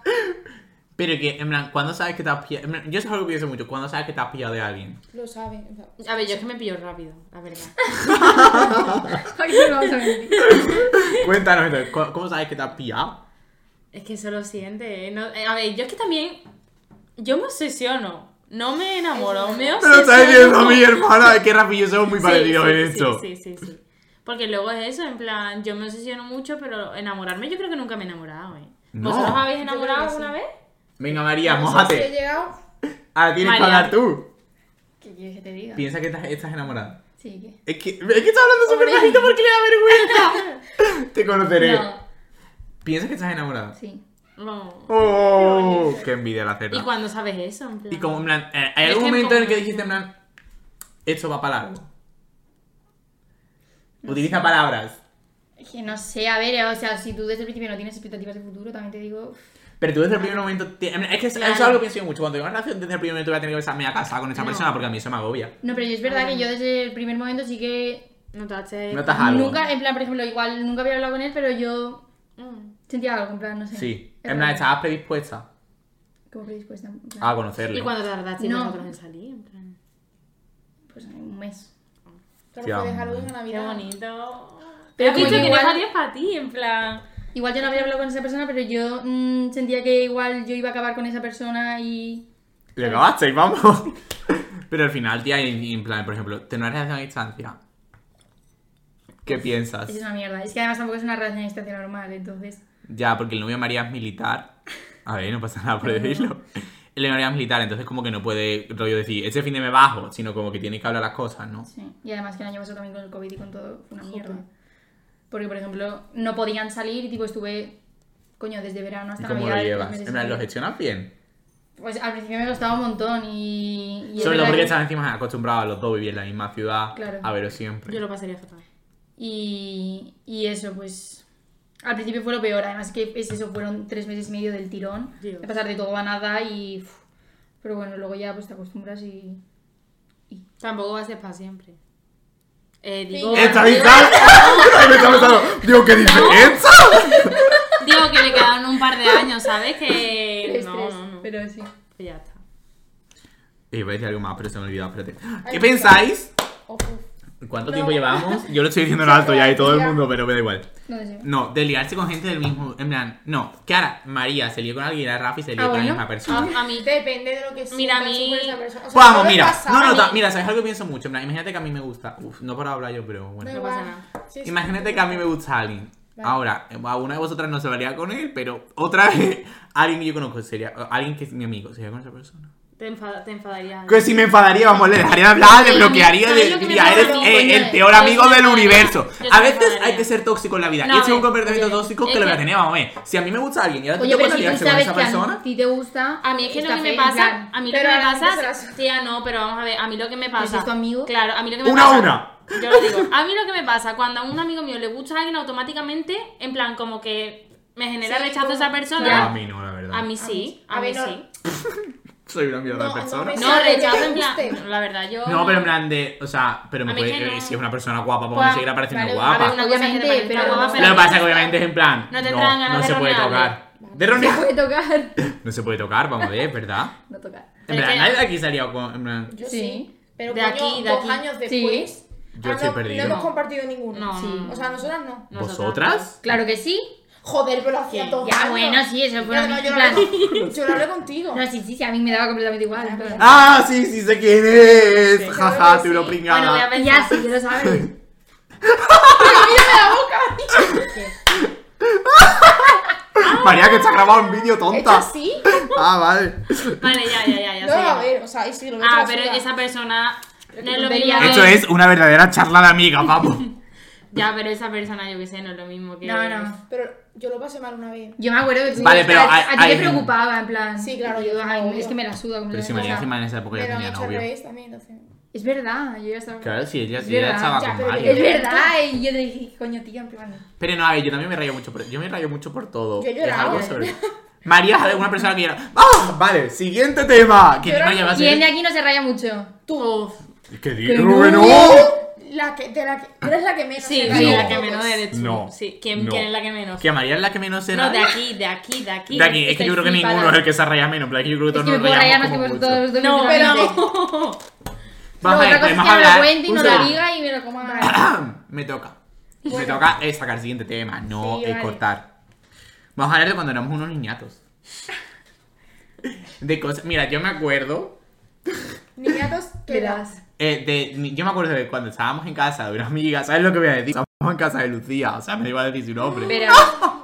Pero que, en plan, cuando sabes que te has pillado. en plan, Yo es algo que pienso mucho, cuando sabes que te has pillado de alguien. Lo saben. o sea, A ver, yo es que me pillo rápido, la verdad. Ay, no lo vamos a mentir. Cuéntanos entonces, ¿cu- ¿cómo sabes que te has pillado? Es que eso lo siente, ¿eh? No- eh, a ver, yo es que también. Yo me obsesiono. No me enamoro, me Me lo obsesiono. estás diciendo a mi hermana, es que Rafi y yo somos muy Sí, parecidos sí, en sí, esto. Sí, sí, sí. Porque luego es eso, en plan, yo me obsesiono mucho, pero enamorarme yo creo que nunca me he enamorado, ¿eh? No. ¿Vosotros habéis Yo creo enamorado que alguna sí. vez? Venga, María, no sé si he mojate. llegado. Ahora tienes que María. hablar tú. ¿Qué quieres que te diga? Piensa que estás, estás enamorada. Sí, ¿qué? Es que, es que está hablando súper bajito porque le da vergüenza. Te conoceré. No, Piensa que estás enamorada. sí. No. Oh, qué envidia la hacerla. ¿Y cuándo sabes eso? En plan? Y como en plan, eh, ¿hay Es algún que momento como- en el que dijiste en plan, esto va para largo? Utiliza palabras. Es Que no sé, a ver, o sea, si tú desde el principio no tienes expectativas de futuro, también te digo. Pero tú desde el primer momento. ti- en plan, Es que es- eso es Claro. algo que pienso yo mucho. Cuando tengo una relación, desde el primer momento voy a tener que besarme a casa con esa No. persona porque a mí eso me agobia. No, pero yo es Ah, verdad que yo desde el primer momento sí que. No te haces- No te has- Algo. Nunca, en plan, por ejemplo, igual nunca había hablado con él, pero yo Mm. sentía algo, en plan, no sé. Sí. Era En plan, Ah, estabas predispuesta Como predispuesta. en plan, a ¿Y conocerle. cuándo tardasteis No. vosotros en salir? En plan, Pues un mes. Sí, Claro, fue amor. Halloween en Qué Navidad. bonito. Pero Pero has visto como que igual- no salías para ti, en plan. Igual yo no había hablado con esa persona, pero yo mm, sentía que igual yo iba a acabar con esa persona y. Le acabasteis, vamos. Pero al final, tía, y- y en plan, por ejemplo, tener una relación a distancia. ¿Qué piensas? Es una mierda. Es que además tampoco es una relación de distancia normal, entonces. Ya, porque el novio de María es militar. A ver, no pasa nada por decirlo. El novio de María es militar, entonces como que no puede rollo decir, este fin de me bajo, sino como que tiene que hablar las cosas, ¿no? Sí. Y además que el año pasado también con el COVID y con todo fue una mierda. Porque, por ejemplo, no podían salir y tipo estuve, coño, desde verano ¿Y hasta cómo Navidad. lo tres llevas? meses En plan, sin ¿lo salir. gestionas bien? Pues al principio me costaba un montón y. y Sobre es todo verdad porque que- están encima acostumbrados a los dos vivir en la misma ciudad, Claro. a verlo siempre. Yo lo pasaría fatal. Y, y eso, pues. Al principio fue lo peor, además que es eso, fueron tres meses y medio del tirón, Dios. de pasar de todo a nada y. uf. Pero bueno, luego ya pues te acostumbras y. Tampoco va a ser para siempre. Eh, digo, Venga. ¡Esta vital! ¡Ay, me está besando! Digo, ¿qué dice Enzo? digo que le quedaron un par de años, ¿sabes? Que. Tres, No, tres, no, no. Pues Pero sí. ya está. Y voy a decir algo más, pero se me ha olvidado, espérate. ¿Qué Ay, pensáis? Ojo. ¿Cuánto No. tiempo llevamos? Yo lo estoy diciendo en alto ya y todo el Ya. mundo, pero me da igual. No sé. No, de liarse con gente del mismo. En plan, no. Que ahora María se lió con alguien y ahora Rafi se lió Ah, con la bueno. misma persona. A, a mí Depende de lo que sea. Mira, a mí- Ah, Vamos, mira. No, no, ta- mira, ¿sabes algo que pienso mucho? En plan, imagínate que a mí me gusta. Uf, no para hablar yo, pero bueno. No pasa nada. Imagínate que a mí me gusta alguien. Ahora, a una de vosotras no se varía con él, pero otra vez, alguien que yo conozco sería. Alguien que es mi amigo sería con esa persona. te, enfada- te enfadaría. Que si me enfadaría, vamos, le dejaría de hablar, le Sí, bloquearía, ¿sabes le lo que me diría, pasa eres a mí, eh, coño? el peor Yo amigo soy del una mala. universo. Yo soy A una veces mala. hay que ser tóxico en la vida. No, y a este es un ver, comportamiento oye, tóxico es que lo voy a que- tener, vamos, a ver. Si a mí me gusta alguien y ahora tú Oye, te pero puedes si tú liarse con sabes esa que persona. a ti te gusta. A mí es que lo está que me feo, en pasa. plan, A mí lo que Pero me ahora no pasa. serás. Tía, no, pero vamos a ver. A mí lo que me pasa. es tu amigo? Claro, a mí lo que me Una a pasa. una. Yo lo digo. A mí lo que me pasa cuando a un amigo mío le gusta a alguien automáticamente, en plan, como que me genera Sí, rechazo a como- esa No, a persona. Ah, mí no, la verdad. A mí sí. A A mí ver, no. sí. Soy una mierda No, de persona. no, No, Sí, rechazo que en plan. guste. La verdad, yo. No, pero en plan de. O sea, pero me A mí puede- eh, que no. si es una persona guapa, pues Guau, me seguirá pareciendo vale, a guapa. A ver, una cosa es que te Obviamente, parezca pero- guapa, pero Lo que pasa es que obviamente es en plan. No No, te tragan ganas no de se puede ronearle. tocar. De ronear. Puede tocar. No se puede tocar, vamos a ver, es verdad. No tocar. En Es plan, que- nadie de aquí salía con. En plan, Yo Sí. sí. Pero De coño, aquí, de dos aquí. años Sí. después. Yo ah, estoy no, perdido. No hemos No. compartido ninguno. No. Sí. O sea, nosotras no. Nosotras. ¿Vosotras? Claro que sí. Joder, pero lo hacía Sí. todo. Ya, bueno, sí, eso fue No, una- no, yo en no plan- lo- yo lo hablé contigo. No, sí, sí, sí, a mí me daba completamente igual. en plan- ¡Ah, sí, sí sé quién es! Claro Jaja, que tú lo sí. pringada. Bueno, voy a ver. Y ya, sí, que lo sabes. María, que se ha grabado un vídeo, ¿Esto tonta. así? Ah, vale. Vale, ya, ya, ya, ya. No, sí. a ver, o sea, ahí sí, lo meto Ah, a la pero basura. esa persona. No es lo mismo. tontería. que- Esto es una verdadera charla de amiga, papo. Ya, pero esa persona, yo qué sé, no es lo mismo que. No, no. Pero yo lo pasé mal una vez. Yo me acuerdo que tú Vale, o sea, pero a, hay- ti te hay- preocupaba, en plan. Sí, claro, yo, yo ay, obvio. es que me la suda Pero si completamente. María o sea, encima en esa época ya Pero tenía me he hecho al novio. revés también, entonces. Es verdad, yo ya estaba. Claro, sí, ella, Es sí, ella verdad, estaba ya, con pero Mario. Es verdad, y yo te dije, coño, tía, en plan. Pero no, a ver, yo también me rayo mucho por, yo me rayo mucho por todo. Yo he Es llorado. algo sobre- María es una persona que llora. ¡Ah! Vale, siguiente tema. Que encima ya va a ¿Quién de ser... aquí no se raya mucho? Tú. ¿Qué Que dices? no. Bueno. La que, de la que, tú eres la que menos. Sí, se sí, cae No. la de que todos. menos eres tú. No. Sí, ¿quién, No. quién es la que menos? Que a María es la que menos se No, de raya. aquí, de aquí, de aquí. De aquí, es que Estoy yo creo que ninguno flipada. es el que se raya menos. Pero aquí yo creo que todos Es que me nos puedo rayar más que rayamos como mucho. vosotros dos. No, literalmente. pero. No, Vamos a ver, otra cosa es que podemos me lo hablar. cuente y no Un lo segundo. diga y me lo coma. Ah, Me toca. Me toca eh, sacar el siguiente tema, no Sí, eh, vale. cortar. Vamos a hablar de cuando éramos unos niñatos. De cosas. Mira, yo me acuerdo. Niñatos, ¿qué edad? Verás. eh, de, yo me acuerdo de cuando estábamos en casa de una amiga. ¿Sabes lo que voy a decir? Estábamos en casa de Lucía. O sea, me iba a decir su nombre. Pero.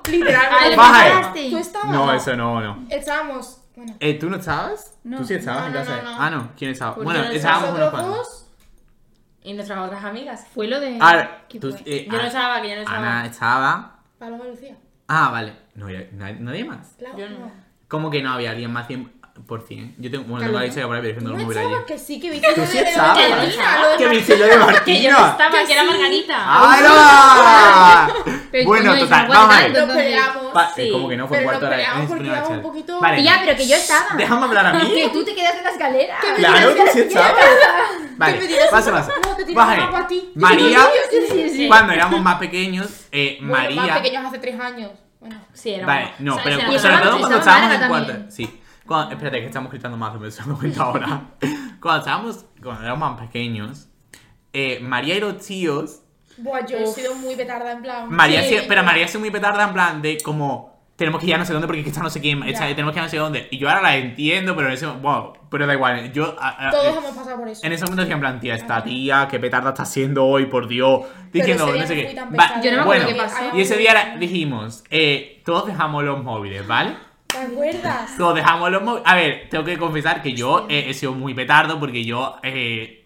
Literalmente. Baja ahí. ¿Tú estabas? No, eso no, no. Estábamos. Bueno, Eh, ¿Tú no estabas? No. ¿Tú sí estabas No, en no, casa? de- no, no. Ah, no. ¿Quién estaba? Porque Bueno, nosotros estábamos unos nosotros cuantos. dos. Y nuestras otras amigas. Fue lo de. Ah, ¿Qué tú- fue? eh, Yo no Ana- estaba, que yo no Ana estaba. estaba. Paloma Lucía. Ah, vale. No, ya- na- nadie más. Claro, Yo no. ¿Cómo que no había alguien más 100%? Yo tengo, bueno, Claro. tengo la historia por ahí, pero ¿Tú no no me voy a ir. estabas que sí ¿eh? que viste Tú lo sí de- estabas. lo de Martina, lo de ¿Qué me Martina? hice yo de Que yo no Martina? estaba, que era Ah. Margarita. ¡Ahora! Pero Bueno, coño, total, ¿cuál vamos a era? ver. Nos Entonces- peleamos. Pa- Sí, eh, como que no fue pero cuarto nos hora. peleamos es porque primera era un charla. poquito- Vale, Tía, pero que yo estaba. déjame hablar a mí. Que tú te quedaste en la escalera. Claro que sí estaba. ¿Qué Vale, me dirás? pasa, pasa. No, te tiras Vas a la ver. mano a ti. María, Sí, sí, sí. cuando éramos más pequeños, eh, Bueno, Más María. pequeños hace tres años. Bueno. Sí, era Vale, no, ¿sabes? pero Era sobre Y estaba- todo cuando estaba estábamos en Marga cuarto. también. Sí. Cuando- espérate, que estamos gritando más, me estoy dando cuenta ahora. Cuando estábamos, cuando éramos más pequeños, eh, María y los tíos Buah, yo he sido muy petarda en plan. María sí, sí- pero María es muy petarda en plan de como tenemos que ir a no sé dónde porque es que esta no sé quién, esta- Ya. tenemos que ir a no sé dónde. Y yo ahora la entiendo, pero en ese wow, pero da igual. Yo a- a- Todos hemos pasado por eso. en ese momento decía en plan, tía, esta tía, qué petarda está haciendo hoy, por Dios. Diciendo, ese día no sé no qué. fui tan Va- petarda. Yo no me bueno, acuerdo qué pasó. y ese día era- dijimos, eh, todos dejamos los móviles, ¿vale? ¿Te acuerdas? Todos dejamos los móviles. A ver, tengo que confesar que yo eh, he sido muy petardo porque yo. eh,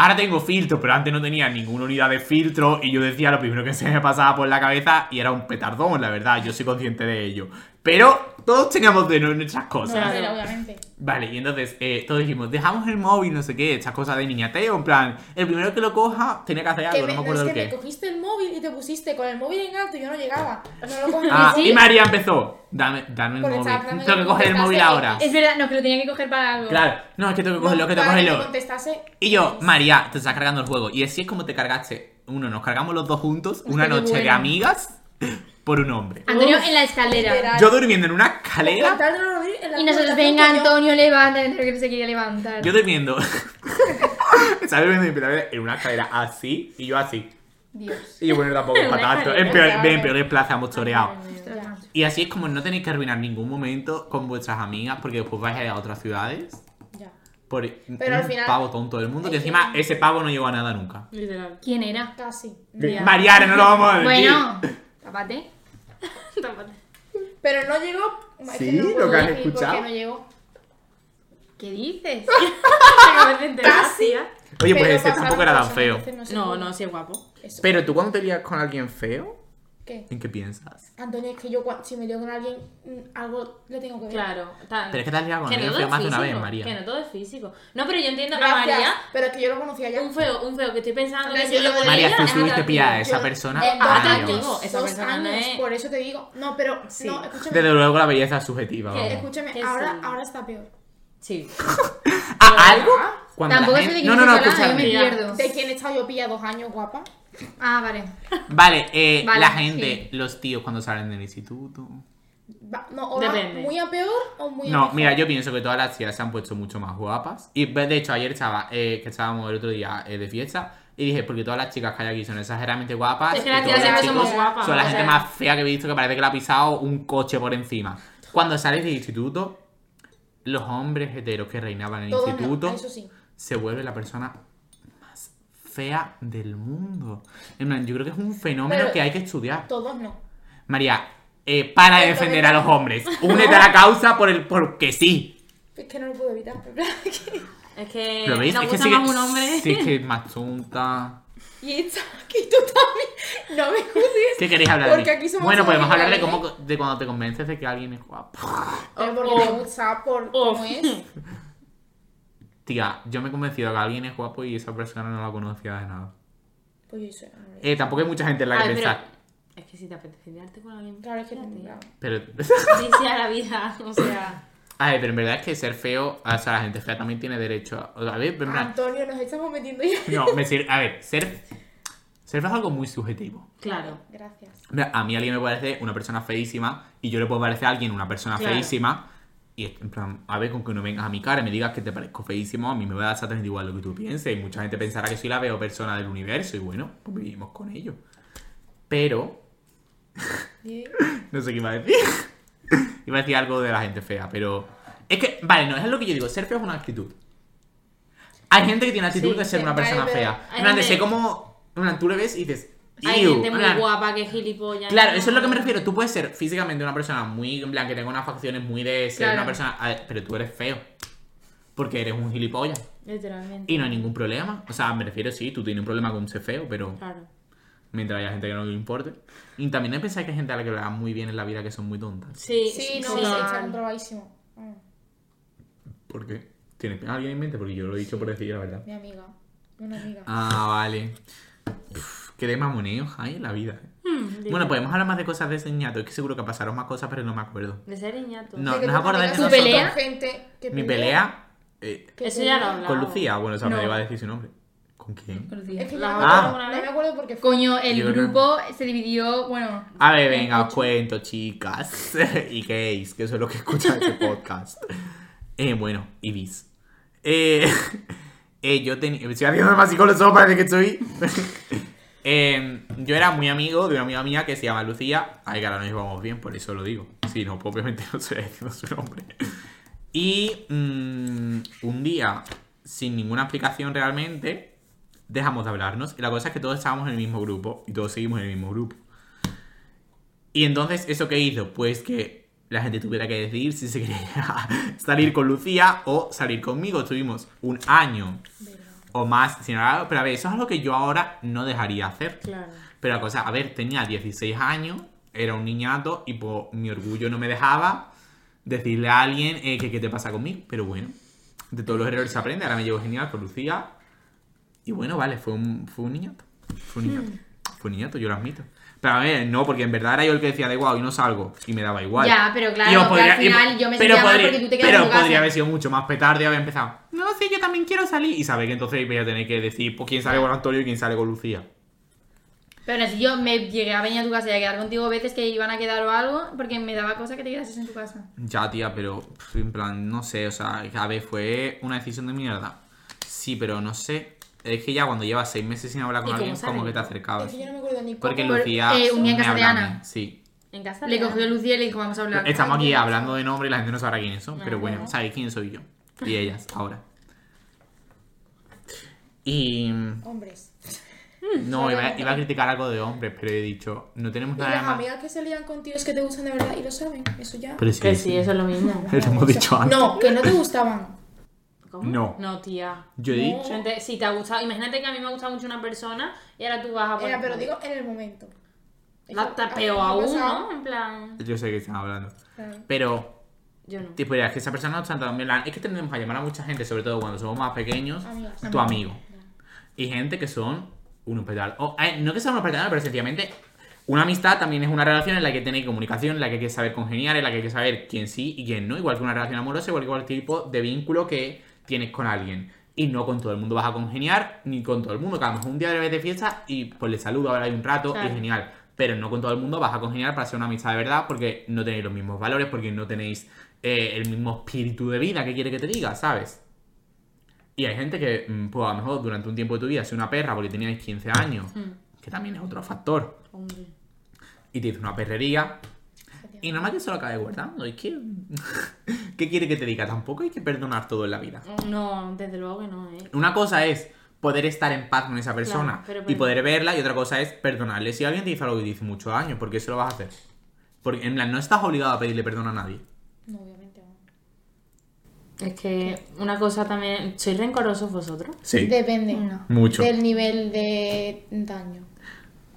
Ahora tengo filtro, pero antes no tenía ninguna unidad de filtro y yo decía lo primero que se me pasaba por la cabeza y era un petardón, la verdad, yo soy consciente de ello. Pero todos teníamos de nuestras No, cosas. a ver, Claro. obviamente. Vale, y entonces eh, todos dijimos, dejamos el móvil, no sé qué, estas cosas de niñateo, en plan, el primero que lo coja tenía que hacer Que algo, me, no me es acuerdo que el me qué. cogiste el móvil y te pusiste con el móvil en alto y yo no llegaba. No lo cogí. Ah, sí. y María empezó, dame, dame el Porque móvil, estaba hablando tengo de que coger el cosas móvil de- ahora. Es verdad, no, que lo tenía que coger para algo. Claro, no, es que tengo que No, cogerlo, que tengo que para que cogerlo. me contestase. Y yo, María, te estás cargando el juego. Y así es como te cargaste. Uno, nos cargamos los dos juntos una qué noche de bueno. amigas por un hombre. Antonio Uf. en la escalera. Literal. Yo durmiendo en una escalera. Contar de no dormir en la Y nosotros, habitación venga, que yo- Antonio, levanta. Antonio que no se quería levantar. Yo durmiendo. Estaba durmiendo en una escalera así y yo así. Dios. Y yo, bueno, tampoco es para Una tanto. En peor, escalera, claro. en peores plazas hemos toreado. Ostras. Y así es como no tenéis que arruinar ningún momento con vuestras amigas porque después vais a ir a otras ciudades Ya. por Pero un al final- pavo tonto del mundo que encima ese pavo no llegó a nada nunca. Literal. ¿Quién era? Casi. Ya. Mariana, no lo vamos a decir. Bueno, tapate. Tápate. Pero no llegó. es Sí, que no lo puedo que has decir por qué escuchado. no llegó. ¿Qué dices? Acabas de enterar, tía. Oye, pues ese Pero pasaron tampoco era tan cosas, feo. entonces sé No, cómo. no, sí es guapo. Eso. Pero tú cuando te lías con alguien feo, ¿Qué? ¿en qué piensas? Antonio, es que yo cua- si me lío con alguien, mm, algo le tengo que ver. Claro. tan- Pero es que te has liado con Que no alguien todo feo es más de una vez, físico, María. Que no todo es físico. No, pero yo entiendo a Gracias, María. Pero es que yo lo conocía ya. Un feo, un feo que estoy pensando Hombre, que yo si lo lo podría María, tú es estuviste atractivo. pillada de esa Yo- persona. de Ah, Eh, dos Dios. digo, años, esa dos persona no años, es- por eso te digo. No, pero Sí. no, escúchame. Desde luego la belleza es subjetiva. ¿Qué? vamos. Escúchame, Que ahora, sí. ahora está peor. Sí. ¿A Ah, algo? Cuando la Tampoco sé gente- de quién No, no, es no, esa lana, yo me escúchame. escúchame. pierdo. ¿De quién he estado yo pilla dos años, guapa? Ah, vale. Vale, eh, Vale, la sí. gente, los tíos cuando salen del instituto. Va- no, o va Depende. muy a peor o muy a No, mejor. mira, yo pienso que todas las tías se han puesto mucho más guapas. Y de hecho, ayer estaba, eh, que estábamos el otro día eh, de fiesta. Y dije, porque todas las chicas que hay aquí son exageradamente guapas. Es que y las todos tías siempre los somos chicos guapas. Son la o gente sea, más fea que he visto que parece que la ha pisado un coche por encima. Cuando sales del instituto, los hombres heteros que reinaban en el Todos no, instituto eso sí. se vuelve la persona más fea del mundo. En plan, yo creo que es un fenómeno Pero- que hay que estudiar. Todos no. María, eh, para de Pero- defender a los hombres. Únete a la causa por el porque sí. Es que no lo puedo evitar. en plan, que- Es que ¿Lo veis? nos Es que Eh, gusta sí que, más un hombre. sí, es que es más tonta. y esta, que tú también. No me juzgues. ¿Qué queréis hablar? de Porque mí? aquí somos bueno, todos podemos hablar de, iguales, cómo, de cuando te convences de que alguien es guapo. Pero porque Oh. me gusta por cómo Oh. es. Tía, yo me he convencido de que alguien es guapo y esa persona no la conocía de nada. Pues yo soy hombre. Eh, tampoco hay mucha gente en la A que ver, pero- pensar. Es que si te apetece liarte con alguien. Claro, es que líate. claro. Pero... Dice a la vida, o sea. A ver, pero en verdad es que ser feo, o sea, la gente fea también tiene derecho a... A ver, en plan- Antonio, nos estamos metiendo ya. No, me sir- a ver, ser... Ser feo es algo muy subjetivo. Claro. Gracias. Mira, A mí alguien me parece una persona feísima y yo le puedo parecer a alguien una persona Claro. feísima. Y es en plan, a ver, con que no vengas a mi cara y me digas que te parezco feísimo, a mí me va a dar exactamente igual lo que tú pienses. Y mucha gente pensará que soy la peor persona del universo. Y bueno, pues vivimos con ello. Pero, Y- no sé qué iba a decir. iba a decir algo de la gente fea, pero. Es que, vale, no, es lo que yo digo. Ser feo es una actitud. Hay gente que tiene actitud Sí, de ser sí, una vale, persona pero fea. hay En plan, de gente- ser como. En plan, tú le ves y dices. Hay "Ew", gente en muy plan, guapa que es gilipollas. Claro, ¿no? eso es lo que me refiero. Tú puedes ser físicamente una persona muy en plan que tenga unas facciones muy de ser Claro. una persona, a ver, pero tú eres feo. Porque eres un gilipollas Literalmente. y no hay ningún problema. O sea, me refiero sí, tú tienes un problema con ser feo, pero Claro. mientras haya gente que no le importe. Y también he pensado que hay gente a la que le va muy bien en la vida que son muy tontas. Sí, Sí, no, sí. está está comprobadísimo. Ah, ¿Por qué? ¿Tienes a alguien en mente? Porque yo lo he dicho por decir la verdad. mi amiga. Una amiga. Ah, vale. Uf, qué de mamoneos hay en la vida. eh. Mm, Bueno, podemos hablar más de cosas de ese ñato. Es que seguro que pasaron más cosas, pero no me acuerdo. De ser niñato. No, De que ¿nos tú acordáis de te nosotros? metas con ¿Tu pelea? gente que Mi pelea... eh, que Eso ya lo pelea. hablamos. Con Lucía, bueno, o sea, No. me iba a decir su nombre. ¿Con quién? Es que yo La- no, Ah. no me acuerdo porque fue. Coño, el Yo no. grupo se dividió, bueno, A ver, venga, os cuento, chicas. y gays, que eso es lo que escuchan este podcast. Eh, bueno, y bis. Eh, eh, yo tenía. Estoy haciendo más con los ojos, parece que estoy. Eh, yo era muy amigo de una amiga mía que se llama Lucía. Ay, que ahora nos llevamos bien, por eso lo digo. Si no, pues obviamente no estoy diciendo su nombre. Y mm, un día, sin ninguna explicación realmente, dejamos de hablarnos. Y la cosa es que todos estábamos en el mismo grupo y todos seguimos en el mismo grupo. Y entonces, ¿eso qué hizo? Pues que la gente tuviera que decidir si se quería salir con Lucía o salir conmigo. Tuvimos un año o más sin hablar. Pero a ver, eso es algo que yo ahora no dejaría hacer. Claro. Pero la cosa, a ver, tenía 16 años, era un niñato y por mi orgullo no me dejaba decirle a alguien eh, que qué te pasa conmigo. Pero bueno, de todos los errores se aprende. Ahora me llevo genial con Lucía. Y bueno, vale, fue un, fue un niñato. Fue un niñato. Hmm. Fue un niñato, yo lo admito. Pero a ver, no, porque en verdad era yo el que decía de guau y no salgo. Y me daba igual. Ya, pero claro, Y os que al final yo me pero sentía mal podría- porque tú te quedas Pero en tu casa. podría haber sido mucho más petardo y haber empezado. No sé, yo también quiero salir. Y sabéis que entonces voy a tener que decir pues, quién sale con Antonio y quién sale con Lucía. Pero si yo me llegué a venir a tu casa y a quedar contigo veces que iban a quedar o algo, porque me daba cosa que te quedases en tu casa. Ya, tía, pero pf, en plan, no sé, o sea, a ver, fue una decisión de mierda. Sí, pero no sé. Es que ya cuando llevas seis meses sin hablar ¿Y con cómo alguien, como saben? que te Es acercabas. que yo no me acuerdo ni cómo. Porque Por- Lucía. eh, un día en me casa de habla a mí, Ana. Sí. Pues En casa. Le de- cogió Lucía y le dijo, vamos a hablar. Estamos aquí Ay, hablando de nombre y la gente no sabrá quiénes son, Ah, pero bueno, bueno. sabéis quién soy yo. Y ellas, ahora. Y. Mm, Hombres. No, iba, iba a criticar algo de hombres, pero he dicho, no tenemos Y nada de las más. amigas que se lían con tíos que te gustan de verdad y lo saben. Eso ya. Pero sí, Que sí, eso es lo mismo. Lo hemos dicho antes. No, que no te gustaban. ¿Cómo? No. No, tía. Yo he No. dicho. Gente, Si te ha gustado, imagínate que a mí me ha gustado mucho una persona y ahora tú vas a Era, poner- pero digo en el momento. La tapeo A mí me ha aún, pasado. ¿no? En plan. Yo sé que están hablando. Claro. Pero Yo no. Tipo, ya, es que esa persona no está tan bien. la- Es que tendemos a llamar a mucha gente, sobre todo cuando somos más pequeños, Amigas. tu amigo. Y gente que son unos pedal. O, eh, no que sean unos pedal, pero sencillamente Una amistad también es una relación en la que tenéis comunicación, en la que hay que saber congeniar, en la que hay que saber quién sí y quién no, igual que una relación amorosa, igual que cualquier tipo de vínculo que tienes con alguien. Y no con todo el mundo vas a congeniar, ni con todo el mundo, que a lo mejor un día le ves de fiesta y pues le saludo, ahora hay un rato, y Claro. es genial. Pero no con todo el mundo vas a congeniar para ser una amistad de verdad, porque no tenéis los mismos valores, porque no tenéis eh, el mismo espíritu de vida que quiere que te diga, ¿sabes? Y hay gente que, mm, pues a lo mejor durante un tiempo de tu vida, es una perra porque teníais 15 años, Mm. que también es otro factor Hombre. y te dice una perrería. Y normal que se lo acabe guardando. Es que. ¿Qué quiere que te diga? Tampoco hay que perdonar todo en la vida. No, desde luego que no, ¿eh? Una cosa es poder estar en paz con esa persona Claro, pero y perdón. poder verla, y otra cosa es perdonarle. Si alguien te hizo algo que te hizo mucho daño, ¿por qué se lo vas a hacer? Porque en plan, no estás obligado a pedirle perdón a nadie. No, obviamente. no. Es que una cosa también... ¿Sois rencorosos vosotros? Sí. Depende. No. Mucho. Del nivel de daño.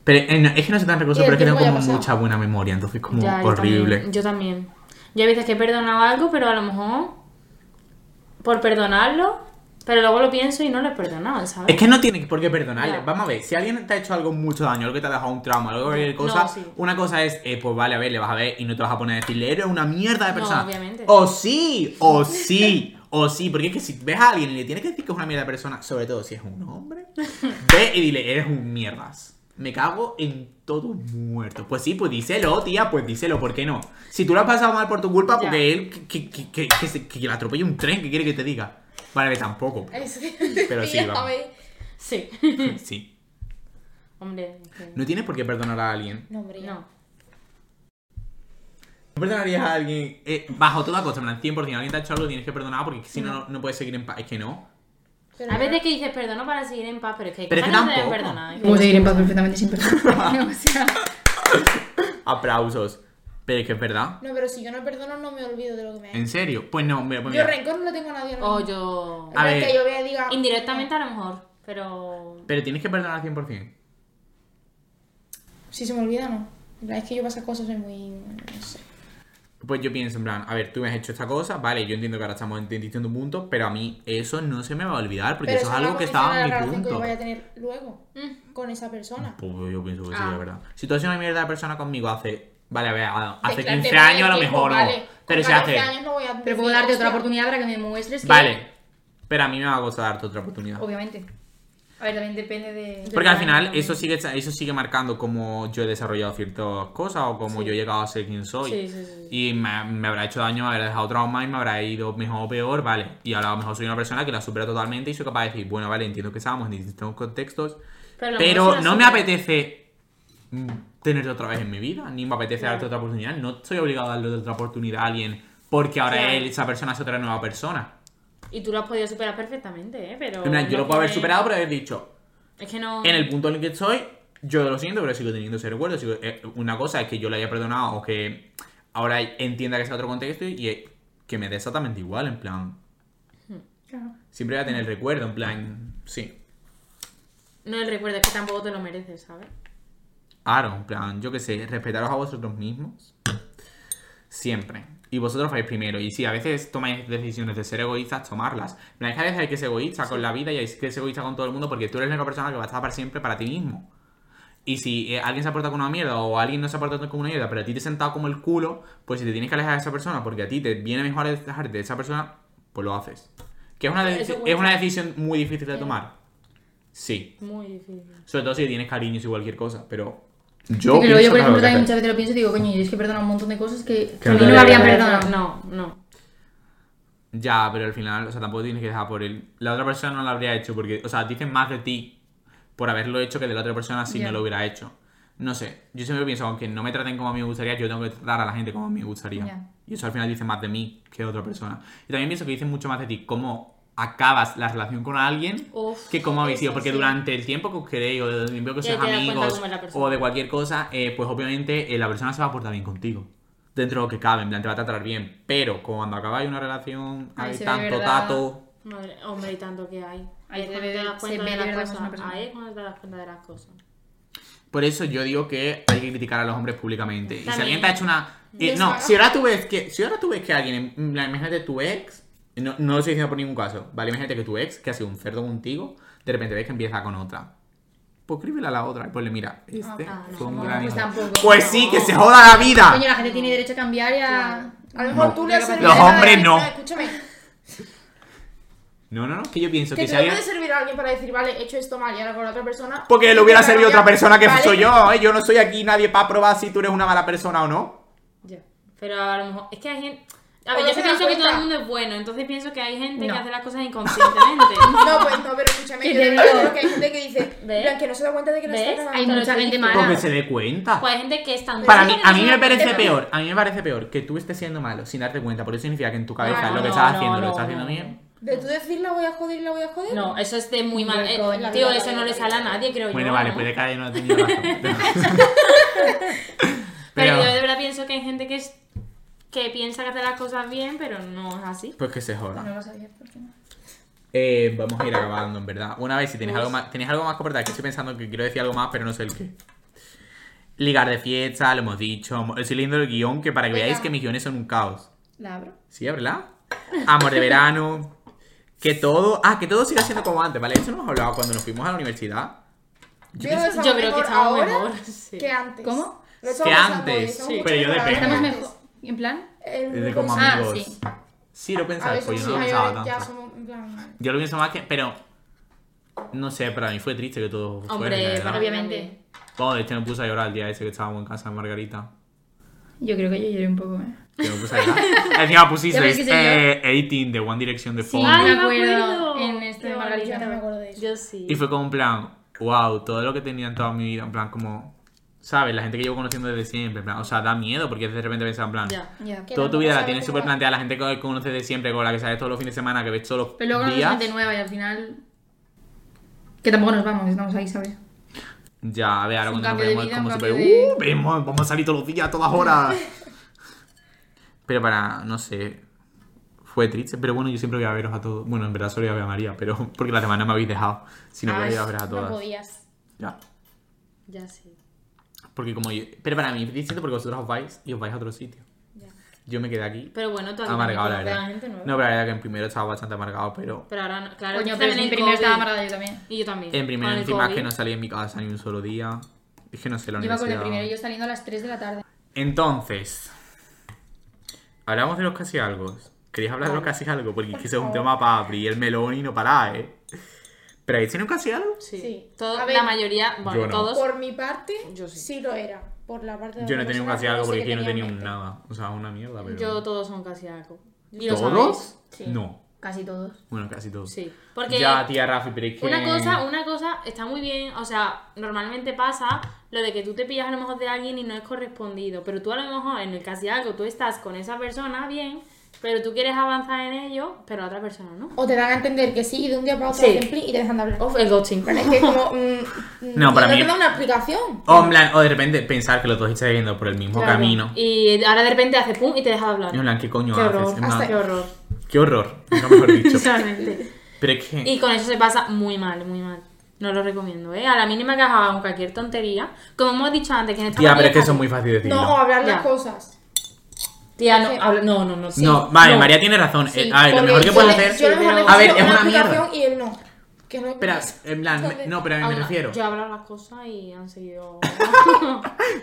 Pero eh, no, es que no se tan recursos, Y el pero es que tengo tiempo ya como ha pasado. mucha buena memoria, entonces es como Ya, horrible. Yo también, yo también. Yo a veces que he perdonado algo, pero a lo mejor... Por perdonarlo, pero luego lo pienso y no lo he perdonado, ¿sabes? Es que no tienes por qué perdonarle. Ya. Vamos a ver, si alguien te ha hecho algo mucho daño, algo que te ha dejado un trauma, algo cualquier cosa, No, sí. una cosa es, eh, pues vale, a ver, le vas a ver y no te vas a poner a decirle, eres una mierda de No, persona. obviamente. O sí, o sí, o sí, porque es que si ves a alguien y le tienes que decir que es una mierda de persona, sobre todo si es un hombre, ve y dile, eres un mierdas. Me cago en todos muertos. Pues sí, pues díselo, tía, pues díselo, ¿por qué no? Si tú lo has pasado mal por tu culpa, Ya. porque él, que, que, que, que se- que le atropelle un tren, ¿qué quiere que te diga? Vale, tampoco. Es que Pero sí, ya vamos. veis. Sí. Sí. Hombre, es que- No tienes por qué perdonar a alguien. No, hombre. ya. no. No perdonarías a alguien eh, bajo toda costa, en plan 100%. Alguien te ha hecho algo, tienes que perdonar porque es que si no, no, no puedes seguir en paz. Es que no. Pero A veces que dices perdono para seguir en paz, pero es que hay Pero es cosas que que no se deben tampoco. perdonar. ¿eh? Puedo seguir en paz perfectamente sin perdón. o sea, Aplausos. Pero es que es verdad. No, pero si yo no perdono, no me olvido de lo que me ha ¿En hecho. serio? Pues no, mira, pues Yo mira. rencor no lo tengo a nadie. ahora O mismo. Oh, yo... A No es ver. que yo vea y diga. Indirectamente a lo mejor, pero... Pero tienes que perdonar al 100%. Si se me olvida, no. La verdad es que yo para esas cosas soy muy. No sé. Pues yo pienso, en plan, a ver, tú me has hecho esta cosa, vale, yo entiendo que ahora estamos en distintos puntos, pero a mí eso no se me va a olvidar porque eso es no algo que condiciona estaba la en mi relación que yo punto. vaya a tener luego Mm. con esa persona. Pues yo pienso que sí, Ah. la verdad. Si tú has sido una mierda de persona conmigo hace. Vale, a ver, a- hace Declararte 15 mal años a lo el tiempo, mejor vale. no. Con Pero se 14 hace. años no voy a pero puedo decir, darte otra "Hostia". oportunidad para que me muestres que... Vale, pero a mí me va a costar darte otra oportunidad. Obviamente. A ver, también depende de... Porque al final Claro. eso sigue, eso sigue marcando cómo yo he desarrollado ciertas cosas o cómo yo he llegado a ser quien soy. Sí, sí, sí. Y me, me habrá hecho daño, me habrá dejado trauma y me habrá ido mejor o peor, vale. Y ahora a lo mejor soy una persona que la supera totalmente y soy capaz de decir, bueno, vale, entiendo que estábamos en distintos contextos, Pero, a lo mejor pero si la no me supera- apetece mm, tenerte otra vez en mi vida, ni me apetece darte otra oportunidad. No estoy obligado a darle otra oportunidad a alguien porque ahora Claro. él, esa persona es otra nueva persona. Y tú lo has podido superar perfectamente, ¿eh? Pero... En plan, yo no lo puedo haber tiene- superado, pero haber dicho, Es que no... en el punto en el que estoy, yo lo siento, pero sigo teniendo ese recuerdo. sigo- eh, una cosa es que yo le haya perdonado o que ahora entienda que es otro contexto y eh, que me dé exactamente igual, en plan. Siempre voy a tener el recuerdo, en plan. Sí. No el recuerdo, es que tampoco te lo mereces, ¿sabes? Claro, en plan, yo qué sé, respetaros a vosotros mismos. Siempre. Y vosotros vais primero. Y sí, a veces tomáis decisiones de ser egoístas, tomarlas. En plan, es que a veces hay que ser egoísta con la vida y hay que ser egoísta con todo el mundo porque tú eres la única persona que va a estar para siempre para ti mismo. Y si eh, alguien se aporta con una mierda o alguien no se aporta con una mierda, pero a ti te has sentado como el culo, pues si te tienes que alejar de esa persona porque a ti te viene mejor alejarte de esa persona, pues lo haces. Que es una, Eso deci- cuenta. es una decisión muy difícil de tomar. Sí. Muy difícil. Sobre todo si tienes cariños y cualquier cosa, pero. Yo, Yo. pero yo, por pienso ejemplo, que no también lo voy a hacer. muchas veces lo pienso y digo, coño, yo es que he perdonado un montón de cosas que, Que a no te mí no me habría habrían perdonado. No, no. Ya, pero al final, o sea, tampoco tienes que dejar por él. La otra persona no lo habría hecho porque, o sea, dicen más de ti por haberlo hecho que de la otra persona si Ya. no lo hubiera hecho. No sé, yo siempre pienso, aunque no me traten como a mí me gustaría, yo tengo que tratar a la gente como a mí me gustaría. Ya. Y eso al final dice más de mí que de otra persona. Y también pienso que dicen mucho más de ti cómo acabas la relación con alguien Uf, que cómo habéis sido. eso Porque sí. durante el tiempo que os quedéis o del tiempo que Ya sois te das cuenta amigos cómo es la persona. o de cualquier cosa, eh, pues obviamente eh, la persona se va a portar bien contigo. Dentro de lo que cabe, en plan, te va a tratar bien. Pero cuando acabáis una relación, Ahí hay se ve tanto verdad. tato. Madre, hombre, y tanto que hay. Ahí es se cuando ve- te das se cuenta ve de de verdad las cómo es una cosas. persona. Ahí es cuando te das cuenta de las cosas. Por eso yo digo que hay que criticar a los hombres públicamente. Y si También. alguien te ha hecho una. y no, Desfaga. si ahora tú ves que. Si ahora tú ves que alguien, en plan, imagínate tu ex, no, no lo estoy diciendo por ningún caso, ¿vale? Imagínate que tu ex, que ha sido un cerdo contigo, de repente ves que empieza con otra. pues escríbele a la otra y ponle, mira, este Ah, no, fue un no, gran pues error". tampoco. Pues sí, que se joda la vida. Coño, la gente tiene derecho a cambiar y a. A lo mejor No. tú le has servido Los a- hombres no. Escúchame, No, no, no, que yo pienso que, que tú si le alguien... puedes servir a alguien para decir, vale, he hecho esto mal y ahora con la otra persona. Porque le hubiera servido otra persona que Vale. soy yo, ¿eh? Yo no soy aquí nadie para probar si tú eres una mala persona o no. Ya. Pero a lo mejor. Es que hay gente. A O ver, no yo sí se dan pienso que cuenta. todo el mundo es bueno, entonces pienso que hay gente No. que hace las cosas inconscientemente. No, pues no, pero escúchame, yo Que te de verdad digo. creo que hay gente que dice, ¿Ves? en plan, que no se da cuenta de que no ¿Ves? está Hay cagando. mucha gente Porque mala. Porque se dé cuenta. Ah. Pues hay gente que es tan. Para mí, yo creo que a no mí es me una parece persona- peor, a mí me parece peor que tú estés siendo malo sin darte cuenta, porque eso significa que en tu cabeza No, lo que no, estás no, haciendo no, lo estás haciendo no. bien. De tú decir la voy a joder y la voy a joder. No, eso es de muy mal. Ni eh, coño, tío, la eso verdad. no le sale a nadie, creo Bueno, yo. vale, ¿no? puede que no ha tenido razón. Pero, Pero yo de verdad pienso que hay gente que es que piensa que hace las cosas bien, pero no es así. pues que se joda. No lo sabía, ¿por qué no? Eh, vamos a ir acabando, en verdad. Una vez, si tenéis Pues- algo más, tenéis algo más que aportar, que estoy pensando que quiero decir algo más, pero no sé el qué. Ligar de fiesta, lo hemos dicho. mo- Estoy leyendo el guión, que para que veáis que mis guiones son un caos. La abro. ¿Sí, verdad? Amor de verano. Que todo. Ah, que todo siga siendo como antes, ¿vale? Eso no hemos hablado cuando nos fuimos a la universidad. Yo, pienso- estaba Yo creo que mejor estamos ahora mejor. sí. que antes. ¿Cómo? Lo Que estamos pasando antes, hoy, estamos sí, mucho pero yo mejor ahora depende. que Estamos antes. mejor. ¿En plan? El Es de grupo como sí. Ah, amigos. sí. Sí, lo A pensáis, veces pues yo sí, no lo a pensaba veces tanto. ya somos, en plan, Yo lo pienso más que. Pero. No sé, para mí fue triste que todo fuera. la Hombre, verdad. para mí Obviamente. también. Oh, de hecho me puse a llorar el día ese que estábamos en casa de Margarita. Yo creo que yo lloré un poco, ¿eh? Que me puse a llorar. Encima Ya ves pusisteis que soy yo. eh, 18 de One Direction de Sí, fondo. Ay, me me acuerdo. acuerdo. En este de yo Margarita. no me acuerdo de eso. Yo sí. Y fue como en plan, wow, todo lo que tenía en toda mi vida, en plan, como, ¿sabes? La gente que llevo conociendo desde siempre, en plan, o sea, da miedo porque de repente pensaba en plan, Ya. Ya. toda tu Que tampoco vida la sabes tienes cómo súper va. planteada, la gente que conoces de siempre, con la que sales todos los fines de semana, que ves todos los Pero luego nos días. gente nueva y al final. Que tampoco nos vamos, estamos ahí, ¿sabes? Ya, a ver, ahora un cuando nos cambio de vemos es vida, como un súper, cambio de- ¡uh! Vemos, vamos a salir todos los días, a todas horas. pero para, no sé, fue triste, pero bueno, yo siempre voy a veros a todos. Bueno, en verdad solo iba a ver a María, pero porque la semana me habéis dejado, si no voy a ir a ver a No todas. podías. ya. Ya sí. Porque como yo... Pero para mí es distinto porque vosotros os vais y os vais a otro sitio. Yo me quedé aquí Pero bueno, tú aquí amargado, la también conoces a verdad. gente nueva. No, pero la verdad que en primero estaba bastante amargado, pero... Pero ahora, no- claro, Coño, también pero en el primero COVID. estaba amargada yo también. Y yo también. En primero Con el encima COVID. que no salí en mi casa ni un solo día. Es que no sé, la Yo iba con el universidad- primero, yo saliendo a las 3 de la tarde. Entonces... Hablamos de los casi algo. ¿Queréis hablar de los casi algo? Porque es que ese es un tema para abrir el melón y no parar, ¿eh? ¿Pero habéis tenido un casi algo? Sí. Sí. Todo- A ver, la mayoría, bueno, yo no. todos. Por mi parte, Yo sí. sí. lo era. Por la parte de Yo no he otra tenido un persona, casi algo sí porque que yo no tenía un mente. nada. O sea, una mierda, pero... Yo todos son casi algo. Y lo sabéis. ¿Todos? Sí. No. Casi todos. Bueno, casi todos. Sí. Porque Ya, tía Rafi, pero es que... Una cosa, una cosa está muy bien, o sea, normalmente pasa lo de que tú te pillas a lo mejor de alguien y no es correspondido, pero tú a lo mejor en el casi algo tú estás con esa persona bien, pero tú quieres avanzar en ello, pero la otra persona no. O te dan a entender que sí y de un día para otro Sí. hacen pli y te dejan de hablar. Uf, el ghosting. Pero es que como... mm, mm, No, para mí- te da una explicación. O, Oh, en plan, o de repente pensar que los dos estáis yendo por el mismo Claro. camino. Y ahora de repente hace pum y te deja de Y en hablar. plan, ¿qué coño Qué haces? horror, En plan, hasta qué horror. qué horror. Nunca mejor dicho. Sinceramente. pero es que... Y con eso se pasa muy mal, muy mal. No lo recomiendo, ¿eh? A la mínima que hagan cualquier tontería. Como hemos dicho antes, que en esta Tía, pero materia es que eso casi- es muy fácil decirlo. No, o hablar Ya. las cosas. Tía, no, habla- no, no, no. sí. No, vale, No. María tiene razón. Sí, Eh, a ver, lo porque mejor que yo puedes le- hacer... Yo a lo mejor le a ver, pido es una explicación mierda. Y él no. Que no Espera, en plan... me- No, pero a mí me Ahora, refiero... Yo he hablado las cosas y han seguido.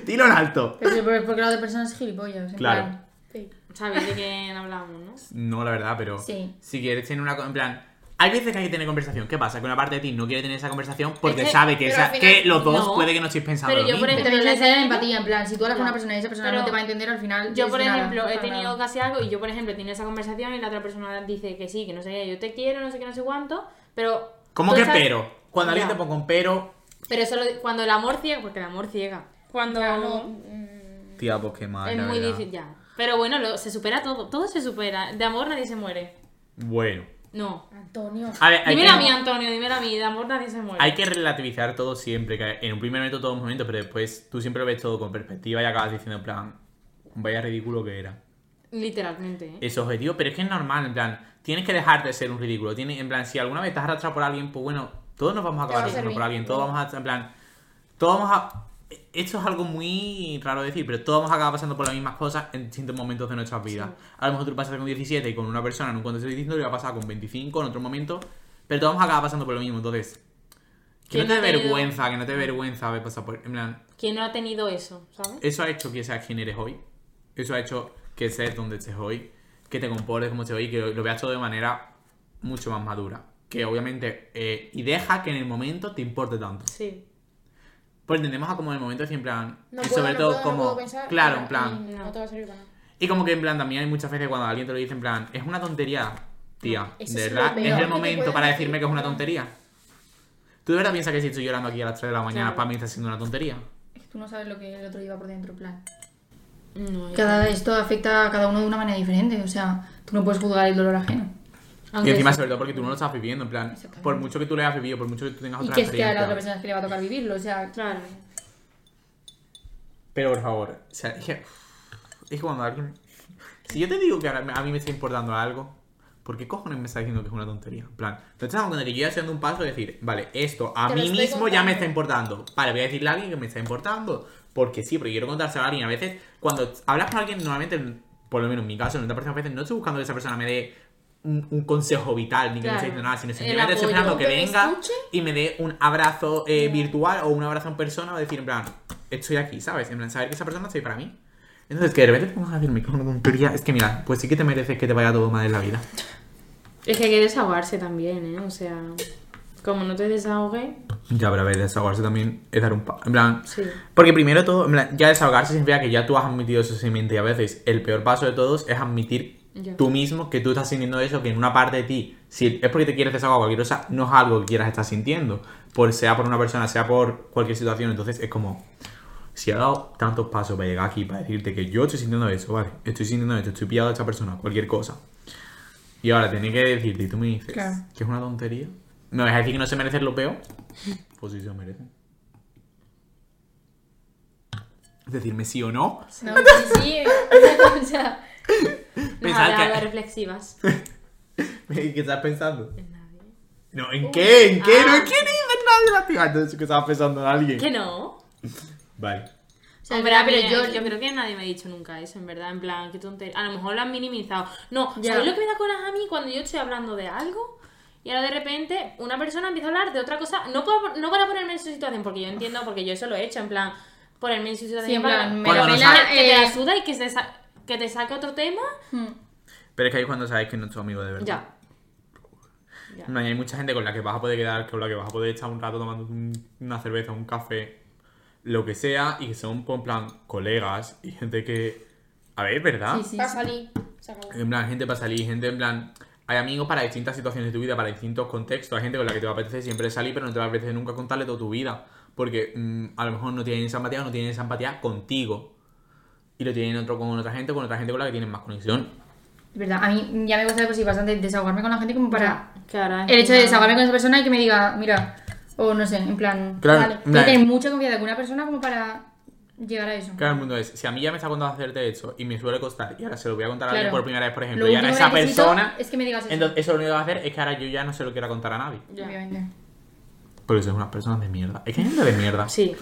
Dilo en alto. Pero pero- porque la otra persona es gilipollas. en Claro. plan. Sí. Sabéis de quién hablamos, ¿no? No, la verdad, pero... Sí. Si quieres tener una... co- En plan... Hay veces que hay que tener conversación. ¿Qué pasa? Que una parte de ti no quiere tener esa conversación porque Es que- sabe que, pero esa- al final- que los dos no. puede que no estéis pensando Pero lo yo, por mismo. Que ejemplo, también le Pero enseñan yo- empatía, en plan, si tú hablas con Ya. una persona y esa persona Pero no te va a entender, al final. Yo, por es nada, ejemplo, no he pasa tenido nada. casi algo y yo, por ejemplo, he tenido esa conversación y la otra persona dice que sí, que no sé qué, yo te quiero, no sé qué, no sé cuánto, pero. ¿Cómo tú que estás- pero? Cuando alguien Ya. te ponga un pero... Pero eso lo- cuando el amor ciega, porque el amor ciega. Cuando. mm, Tía, pues qué mal, es la muy verdad. difícil, ya. Pero bueno, lo- se supera todo, todo se supera. De amor nadie se muere. Bueno. No. Antonio. A ver, hay que, Dímelo a mí, Antonio, dímelo a mí, de amor nadie se muere. hay que relativizar todo siempre, que en un primer momento todos los momentos, pero después tú siempre lo ves todo con perspectiva y acabas diciendo, en plan, vaya ridículo que era. Literalmente, ¿eh? Ese objetivo, pero es que es normal, en plan, tienes que dejar de ser un ridículo. Tienes, en plan, si alguna vez estás arrastrado por alguien, pues bueno, todos nos vamos a Te va acabar a arrastrando servir. por alguien, todos vamos a, en plan, todos vamos a... Esto es algo muy raro decir, pero todos vamos a acabar pasando por las mismas cosas en distintos momentos de nuestras vidas. A lo mejor tú pasas con 17 y con una persona en un contexto distinto, y va a pasar con 25 en otro momento, pero todos vamos a acabar pasando por lo mismo. Entonces, Que no Que te dé no te- vergüenza, que no te dé vergüenza haber pasado por. En plan, ¿Quién no ha tenido eso, sabes? eso ha hecho que seas quien eres hoy. Eso ha hecho que seas donde estés hoy. Que te comportes como estés hoy. Que lo, lo veas todo de manera mucho más madura. Que obviamente. eh, y deja que en el momento te importe tanto. Sí. Pues entendemos a como en el momento, así en plan. No y puedo, sobre no todo, puedo, no como. puedo pensar, claro, mira, en plan. mm, No. No. te va a servir para nada. Y como que en plan también hay muchas veces cuando alguien te lo dice en plan, es una tontería, tía. Ah, eso de es lo verdad, peor es que el te momento pueden para decir. decirme que es una tontería. ¿Tú de verdad piensas que si estoy llorando aquí a las 3 de la mañana, Claro. para mí está siendo una tontería? Es que tú no sabes lo que el otro lleva por dentro, en plan. No, Cada esto afecta a cada uno de una manera diferente, o sea, tú no puedes juzgar el dolor ajeno. y Aunque encima, sí. sobre todo porque tú no lo estás viviendo, en plan, Exactamente. por mucho que tú lo hayas vivido, por mucho que tú tengas Y otra que es que a la experiencia. otra persona es que le va a tocar vivirlo, o sea, Claro. Pero por favor, o sea, es que, es que cuando alguien. Si yo te digo que ahora me- a mí me está importando algo, ¿por qué cojones me está diciendo que es una tontería? En plan, no estás dando cuenta de que yo estoy haciendo un paso y decir, vale, esto a Te lo mí estoy mismo ya me contando. está importando. Vale, voy a decirle a alguien que me está importando. Porque sí, porque quiero contárselo a alguien. A veces, cuando hablas con alguien, normalmente, por lo menos en mi caso, en 90% de las veces, no estoy buscando que esa persona me dé un, un consejo vital ni que me Claro. esté diciendo nada, sino El simplemente estoy esperando apoyo. que Que me venga escuche. y me dé un abrazo eh, virtual o un abrazo en persona o decir, en plan, estoy aquí, ¿sabes? En plan, saber que esa persona estoy para mí. Entonces, que de repente te pongas a decirme que es una tontería, es que mira, pues sí que te mereces que te vaya todo mal en la vida. Es que hay que desahogarse también, ¿eh? O sea, como no te desahogues, Ya, pero a ver, desahogarse también es dar un paso. En plan, sí. porque primero todo, en plan, ya desahogarse significa que ya tú has admitido eso sin mente. Y a veces el peor paso de todos es admitir Ya. tú mismo que tú estás sintiendo eso, que en una parte de ti, si es porque te quieres desahogar cualquier cosa, no es algo que quieras estar sintiendo. Por, sea por una persona, sea por cualquier situación. Entonces es como, si he dado tantos pasos para llegar aquí, para decirte que yo estoy sintiendo eso, vale, estoy sintiendo esto, estoy pillado de esta persona, cualquier cosa. Y ahora tiene que decirte, y tú me dices, Claro. que es una tontería. ¿Me vas a decir que no se merece lo peor? Pues sí se lo merece. Decirme sí o no. no, sí, sí, o sea, Nos Pensad habrá que- dado reflexivas. ¿Qué estás pensando? Nadie. No, ¿en qué? ¿En qué? ah. No, ¿en qué dices nada de la tía? Ah, Entonces, ¿qué estabas pensando en alguien? Que no. Vale. o sea, Hombre, ah, pero mira, yo, yo creo que nadie me ha dicho nunca eso, en verdad, en plan, qué tontería. A lo mejor lo han minimizado. No, Ya. ¿sabes lo que me da coraje a mí cuando yo estoy hablando de algo? Y ahora de repente una persona empieza a hablar de otra cosa, no, puedo- no para ponerme en su situación, porque yo entiendo, porque yo eso lo he hecho, en plan, ponerme en su situación Sí, en para- plan, Cuando mela, no mela, sabe- que te eh, la suda y que, se sa- que te saque otro tema. hmm. Pero es que ahí es cuando sabes que no es tu amigo de verdad. Ya. Ya. No, y hay mucha gente con la que vas a poder quedar, con la que vas a poder estar un rato tomando un- una cerveza, un café, lo que sea, y que son, pues, en plan, colegas y gente que... A ver, ¿verdad? Sí, sí, Va a sí. salir. Se acabó. En plan, gente para salir, gente en plan. Hay amigos para distintas situaciones de tu vida, para distintos contextos. Hay gente con la que te va a apetecer siempre salir, pero no te va a apetecer nunca contarle toda tu vida. Porque mm, a lo mejor no tienen esa empatía o no tienen esa empatía contigo. Y lo tienen otro con otra gente, con otra gente con la que tienen más conexión. Es verdad, a mí ya me gusta pues, sí, bastante desahogarme con la gente como para Que ahora el hecho de encima- desahogarme con esa persona y que me diga, mira, o no sé, en plan, Claro, vale, en tengo plan- que tener mucha confianza con una persona como para llegar a eso. Claro, el mundo es, si a mí ya me está contando hacerte esto y me suele costar, y ahora se lo voy a contar a alguien Claro. por primera vez, por ejemplo, Lo y ahora último esa que necesito persona. es que me digas eso. Entonces, eso lo único que va a hacer es que ahora yo ya no se lo quiero contar a nadie. Ya. Obviamente. Porque son unas personas de mierda. Es que hay gente de mierda. Sí.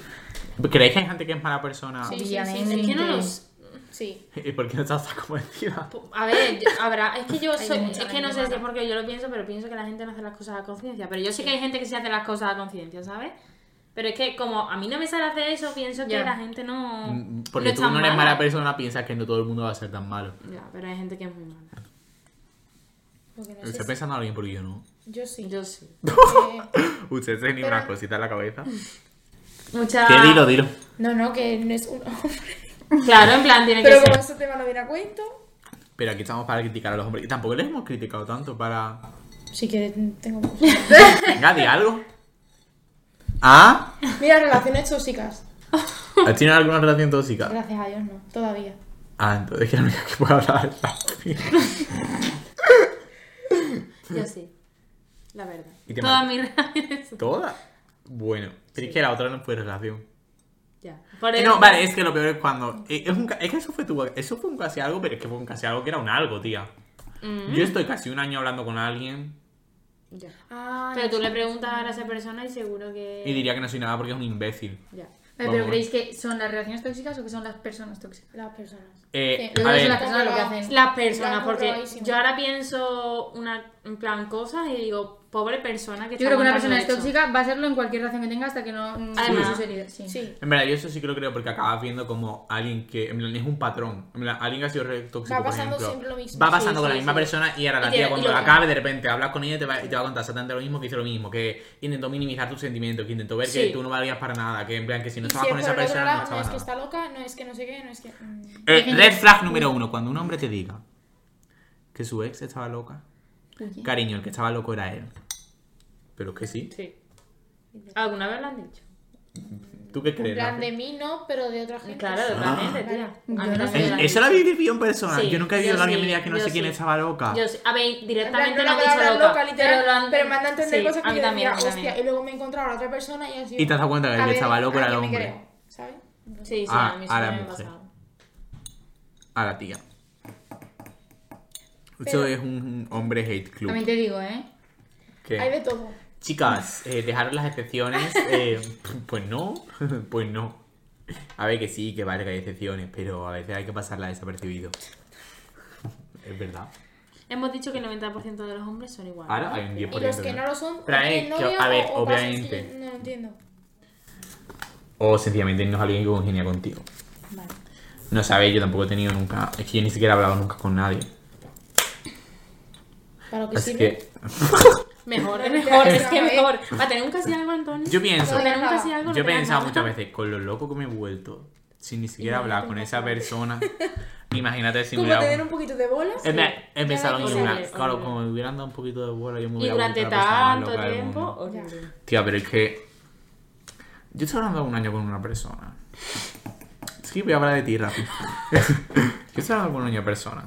¿Creéis que hay gente que es mala persona? Sí, sí, sí, Obviamente. Es que no los... Sí. ¿Y por qué no estás tan convencida? A ver, yo- habrá... Es que yo Hay soy... mucha Es que no gente sé si mala. es porque yo lo pienso, pero pienso que la gente no hace las cosas a conciencia. Pero yo sé que hay gente que sí hace las cosas a conciencia, ¿sabes? Pero es que como a mí no me sale hacer eso, pienso que Ya. la gente no... Mm, no Porque es tú tan no eres mala persona, piensas que no todo el mundo va a ser tan malo. Ya, pero hay gente que es muy mala. Porque no sé Estoy pensando en alguien porque yo no. si- Yo sí. Yo sí. Eh, Usted tiene Pero- una cosita en la cabeza. Ah. Mucha... Que dilo, dilo. no, no, que no es un hombre. Claro, en plan, tiene Pero que como ser... ese tema no viene a cuento, Pero aquí estamos para criticar a los hombres. Y tampoco les hemos criticado tanto para. sí que tengo. Venga, di algo. ¿Ah? Mira, relaciones tóxicas. ¿Has tenido alguna relación tóxica? Gracias a Dios, no. Todavía. Ah, entonces que la única que puedo hablar es Rafi. Yo sí. La verdad. Y te Todas mata. mis reacciones... ¿Toda? Bueno, pero es que la otra no fue relación. Ya. Por Eh, eso- no, vale, es que lo peor es cuando. eh, Es, un ca- es que eso fue, tu, eso fue un casi algo, pero es que fue un casi algo que era un algo, tía. Mm. Yo estoy casi un año hablando con alguien Ya. Ah, Pero tú le preguntas ahora a esa persona y seguro que. y diría que no soy nada porque es un imbécil. Ya. Vale, Vamos. pero ¿creéis que son las relaciones tóxicas o que son las personas tóxicas? Las personas. Eh, Sí, Yo a creo que son las ver, personas lo que hacen. Las personas, Está porque comprobadísimo. yo ahora pienso una, en plan cosas y digo, pobre persona que está Yo creo que una persona aguantando es eso. tóxica, va a serlo en cualquier relación que tenga hasta que no no Además. cure sus heridas. Sí. Sí. En verdad, yo eso sí que lo creo porque acabas viendo como alguien que. En plan, es un patrón. En plan, alguien que ha sido re tóxico. Va por pasando ejemplo. siempre lo mismo. Va pasando Sí, con la sí, misma sí. persona y ahora Y la te- tía, y cuando lo la que- acabe, de repente hablas con ella y te va, y te va a contar exactamente lo mismo que hizo lo mismo. Que intentó minimizar tus sentimientos, que intentó ver que Sí. tú no valías para nada. Que en plan, que si no Y estabas si con es esa por el otro persona, lado, no no estabas es que nada. está loca, no es que no sé qué, no es que. mm. Eh, Dejen red de- flag número uno: cuando un hombre te diga que su ex estaba loca. Huye. Cariño, el que estaba loco era él. Pero es que sí. Sí. ¿Alguna vez lo han dicho? ¿Tú qué En crees? plan, Rafa? de mí no, pero de otra gente. Claro, sí. Ah. totalmente, tía. Vale. A mí Yo no también sé. me lo han Eso lo dicho. habéis vivido en persona. Sí, yo nunca he yo visto a alguien sí, me diga que no yo sé quién sí. estaba loca. Yo sí. A ver, En plan, directamente no no han la dicho palabra loca. loca, literal, lo han- pero, me han a entender Sí, cosas que a mí yo también, decía, a mí hostia, también. y luego me he encontrado a la otra persona y así. Y te has dado cuenta que el que estaba loco era el hombre. ¿Sabes? Sí, sí, Ah, a mí sí a la me ha mujer. pasado. A la tía. Esto Pero- es un hombre hate club. También te digo, ¿eh? ¿Qué? Hay de todo. Chicas, eh, dejaros las excepciones. eh, pues no, pues no. A ver que sí, que vale que hay excepciones, pero a veces hay que pasarla desapercibido. Es verdad. Hemos dicho que el 90% de los hombres son iguales. Ahora hay un Y 10%. los que ¿no? no lo son, Pero, eh, tienen que- novio a ver, o, o pasan, es que obviamente. yo no lo entiendo. O sencillamente no es alguien que congenia contigo. Vale. No sabéis, yo tampoco he tenido nunca. Es que yo ni siquiera he hablado nunca con nadie. Para lo que Así sirve. que. Mejor, No, es mejor, ya, es ya, que ya. mejor. Va a tener un casi algo, Antonio. Yo pienso. Va a tener un casi algo. Yo he no te pensado hagas muchas nada. veces, con lo loco que me he vuelto, sin ni siquiera hablar con esa persona, imagínate si me Como hubiera... tener un poquito de bolas. Es verdad, he Ya pensado la lo cosa mismo, es claro, horrible. como me hubieran dado un poquito de bola, yo me Y hubiera vuelto durante la persona más tanto loca del tiempo, mundo. horrible. Tía, pero es que... Yo estoy hablando un año con una persona. Es que voy a hablar de ti, rápido. yo estoy hablando con un año de persona.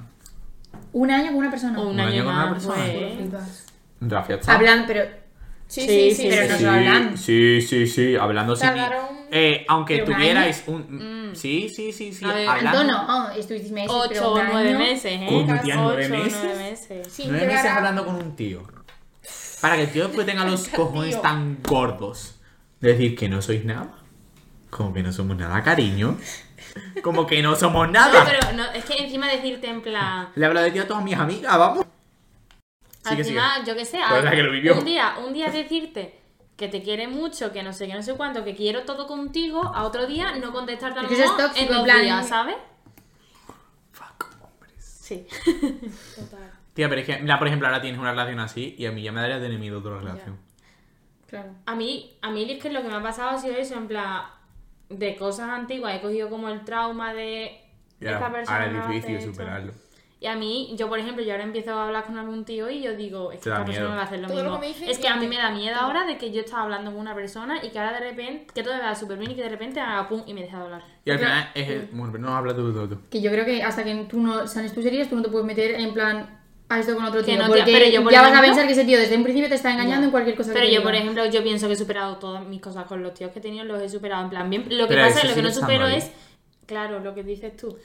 Un año con una persona. O Ah, un Un Ah. año año con una más, persona. pues. Flipas. Rafi, ¿está? Hablan, pero Sí, sí, sí. Sí, pero sí, no sí. solo hablan. Sí, sí, sí, hablando sin... ni- Tardaron- Eh, aunque ¿Pero un tuvierais un... Sí, sí, sí, sí, Mm. A ver, hablando... Antonio, oh, estuvisteis meses, pero Ocho un o nueve año. meses, ¿eh? Coño, tía, nueve Ocho o nueve meses. meses. Sin Nueve llegar meses a- hablando con un tío. Para que el tío después tenga los cojones tío. tan gordos. De decir que no sois nada. Como que no somos nada, cariño. Como que no somos No, nada. pero no, es que encima decirte en plan. Le hablo de ti a todas mis amigas, vamos. Sigue, sigue. encima, yo que sé, Pues la que lo vivió. un día, un día decirte que te quiere mucho, que no sé qué, no sé cuánto, que quiero todo contigo, a otro día no contestarte a lo Es que eso mejor es tóxico, en dos en plan- días, ¿sabes? Fuck, hombres. Sí. Total. Tía, pero es que, mira, por ejemplo, ahora tienes una relación así y a mí ya me daría de enemigo otra relación. Claro. A mí, a mí es que lo que me ha pasado ha sido eso, en plan, de cosas antiguas, he cogido como el trauma de Y ahora, ahora es hace difícil esto. superarlo. Y a mí, yo por ejemplo, yo ahora empiezo a hablar con algún tío y yo digo, es Te que da esta persona miedo. me va a hacer lo Todo mismo. lo que me dice es que ya a mí te- me da miedo ahora de que yo estaba hablando con una persona y que ahora de repente, que todo me va súper bien y que de repente haga pum y me deja de hablar. Y al final es el... Bueno, pero no habla tú, tú, tú. Que yo creo que hasta que tú no sanes tus heridas, tú no te puedes meter en plan a esto con otro Que tío. no, tía, porque pero yo, por ya vas a ejemplo- pensar que ese tío desde un principio te está engañando Ya. en cualquier cosa Pero que te yo, por diga. ejemplo, yo pienso que he superado todas mis cosas con los tíos que he tenido, los he superado. En plan, bien, lo que Pero eso pasa es lo sigue que no estando supero ahí. es, claro, lo que dices tú.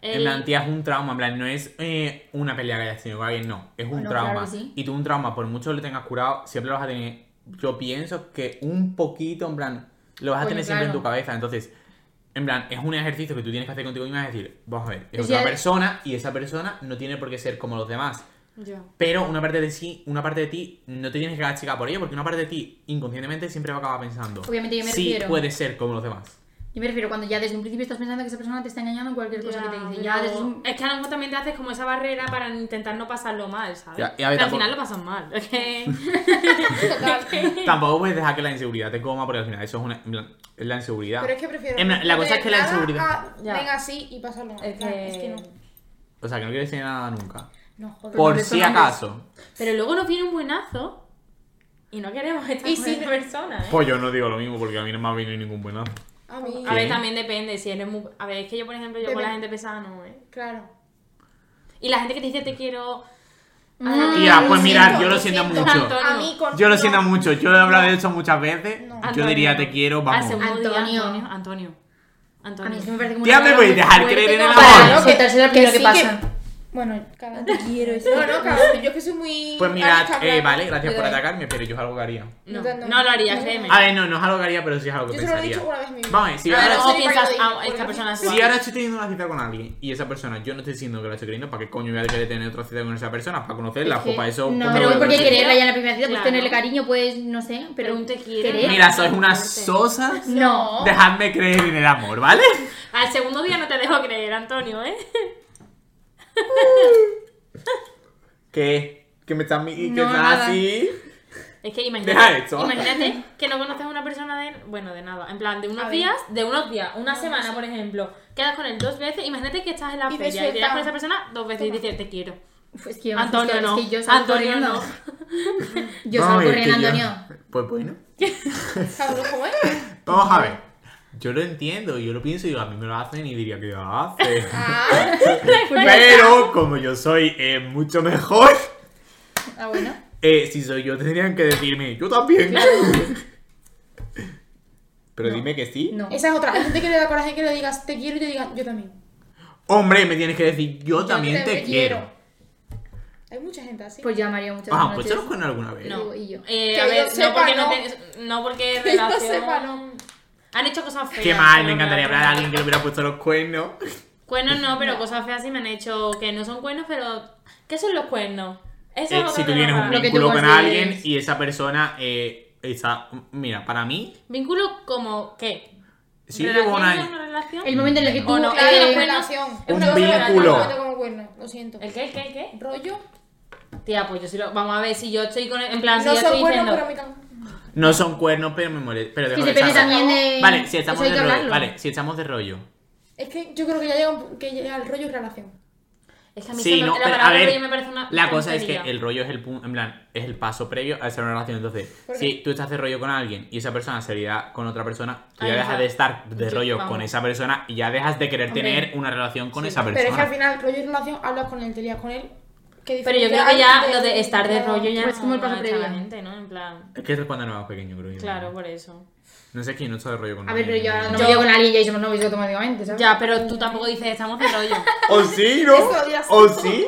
En El- plan, tía, es un trauma. En plan, no es eh, una pelea que hayas tenido con alguien, no. Es un Bueno, claro trauma. que sí. Y tú un trauma, por mucho que lo tengas curado, siempre lo vas a tener. Yo pienso que un poquito, en plan, lo vas a Coño, tener siempre en claro. tu cabeza. Entonces, en plan, es un ejercicio que tú tienes que hacer contigo misma. Es decir, vamos a ver, es O otra sea, persona y esa persona no tiene por qué ser como los demás. Yo. Pero una parte de sí, una parte de ti, no te tienes que castigar por ello, porque una parte de ti, inconscientemente, siempre va a acabar pensando. Obviamente, yo me sí refiero- puede ser como los demás. Yo me refiero cuando ya desde un principio estás pensando que esa persona te está engañando en cualquier cosa Ya, que te dice. pero Ya desde un... Es que a lo mejor también te haces como esa barrera para intentar no pasarlo mal, ¿sabes? Ya, y a ver, Pero al tampoco- final lo pasan mal. es que- Total. Tampoco puedes dejar que la inseguridad te coma, porque al final eso es una. en plan, es la inseguridad. Pero es que prefiero. En plan, la cosa es que la nada inseguridad. a Ya. Venga así y pasarlo mal. Es Claro, que- Es que no. O sea, que no quiero decir nada nunca. No, joder. Por hombres son si hombres. acaso. Pero luego nos viene un buenazo y no queremos estar Y con sí, esa pero- persona, ¿eh? Pues yo no digo lo mismo porque a mí no me ha venido ningún buenazo. A mí. A ver, también depende. Si eres muy... A ver, es que yo, por ejemplo, yo con Depende. la gente pesada no, ¿eh? Claro. Y la gente que te dice te quiero... Mm. Tía, Lo pues mirad, yo lo siento siento, lo mucho. Tanto. A mí con. Yo lo no. siento mucho, yo he hablado de eso muchas veces. No. Yo Antonio. diría te quiero, Al vamos. segundo día, Antonio. Antonio. Antonio. A mí Antonio. es que me parece como Tía, una me palabra voy a muy dejar fuerte creer en el como para amor. no contárselo al primero que Ah, sí, pasa. Bueno, cada Te quiero. es- No, no, cabrón, yo es que soy muy. Pues mirad, anti-chaplana. eh, vale, gracias Yo por también. atacarme, pero yo es algo que haría. No, No te- no. no lo haría, No. créeme. A ver, no, no es algo que haría, pero sí es algo que Yo se lo he pensaría. dicho una vez mismo. Vamos a ver, si A ahora, ver, Claro, o soy piensas, yo, ah, esta porque- persona es sí, si guapa. ahora estoy teniendo una cita con alguien y esa persona, yo no estoy diciendo que la estoy queriendo, ¿para qué coño voy a querer tener otra cita con esa persona? Para conocerla, Es que- o para eso. No, pues, me pero voy a porque conocer. quererla ya en la primera cita, pues Claro. tenerle cariño, pues no sé. Pero Pero un te quiero. querer. Mira, sois unas sosas. No. No. Dejadme creer en el amor, ¿vale? Al segundo día no te dejo creer, Antonio, ¿eh? ¿Qué? ¿Que me están mi- que No, estás nada. así? Es que Deja imagínate, esto. imagínate que no conoces a una persona de, bueno, de nada, en plan, de A unos ver. días, de unos días, una semana, por ejemplo, quedas con él dos veces, imagínate que estás en la Y te feria y te das suelta. con esa persona dos veces y dices, te quiero. Pues que yo- Antonio es que- no, es que yo salgo Antonio corriendo. no. Yo Vamos a salgo ver, que corriendo, yo- Antonio. Pues bueno. Cabrón, ¿cómo es? Vamos a ver. Yo lo entiendo, yo lo pienso y digo, a mí me lo hacen y diría que lo hace. Ah, Pero como yo soy eh, mucho mejor, Ah, bueno. eh, si soy yo tendrían que decirme, yo también. Pero No. dime que sí. No. esa es otra. Hay gente que le da coraje que le digas te quiero y te digan yo también. Hombre, me tienes que decir, yo, también te, te quiero. quiero. Hay mucha gente así. Pues yo amaría mucho. Ajá, pues yo los con alguna vez. No. Y yo. Eh, Que a yo ver, no sepa, porque no, no. te- no porque Que yo relación- sepa, no. Han hecho cosas feas. Qué mal, pero me encantaría no- hablar a alguien que le hubiera puesto los cuernos. Cuernos no, pero cosas feas sí me han hecho que no son cuernos, pero ¿qué son los cuernos? Eso Eh, es si otra tú tienes cosa. un Lo que tú vínculo con consideres. alguien y esa persona eh, está. Mira, para mí, Vínculo como qué? sí ¿Relación llevo un es año. una relación? El momento en el que tú. O Oh, no, Claro, es que la los eh, cuernos- relación. Un Es una cosa de relación, vínculo. no te como cuerno, Lo siento. ¿El qué? ¿El qué? ¿El qué? rollo. Tía, pues yo sí lo. Vamos a ver si yo estoy con. En plan, si No yo estoy son buenos, diciendo. pero a mí tampoco. No son cuernos, pero me molesta. Pero Que dejo de depende echarlo. también de. Vale, si estamos eso hay de que rollo. hablarlo. Vale, si estamos de rollo. Es que yo creo que ya llega, un- que llega el rollo es relación. Es que a mí Sí, se me- no, la pero a palabra rollo ver. me parece una La cosa es que tontería. el rollo es el punto, en plan, es el paso previo a hacer una relación. Entonces, ¿Por qué? si tú estás de rollo con alguien y esa persona se irá con otra persona, tú Ahí ya está. dejas de estar de Sí, rollo vamos. con esa persona y ya dejas de querer Hombre. tener una relación con Sí, esa pero persona. Pero es que al final, rollo y relación, hablas con él, te lías con él. que Pero yo creo diferencia que ya hay lo de estar de rollo ya. Pues es como el paso no echa la previo. gente, ¿no? En plan. Es que eso es cuando éramos pequeños, creo yo. Claro, por eso. No sé quién no está de rollo con A ver, pero nadie. yo ahora no Yo- me llevo con alguien y ya somos novios automáticamente, ¿sabes? Ya, pero tú tampoco dices estamos de rollo. ¿O sí, no? Eso lo dirás ¿O tú. sí?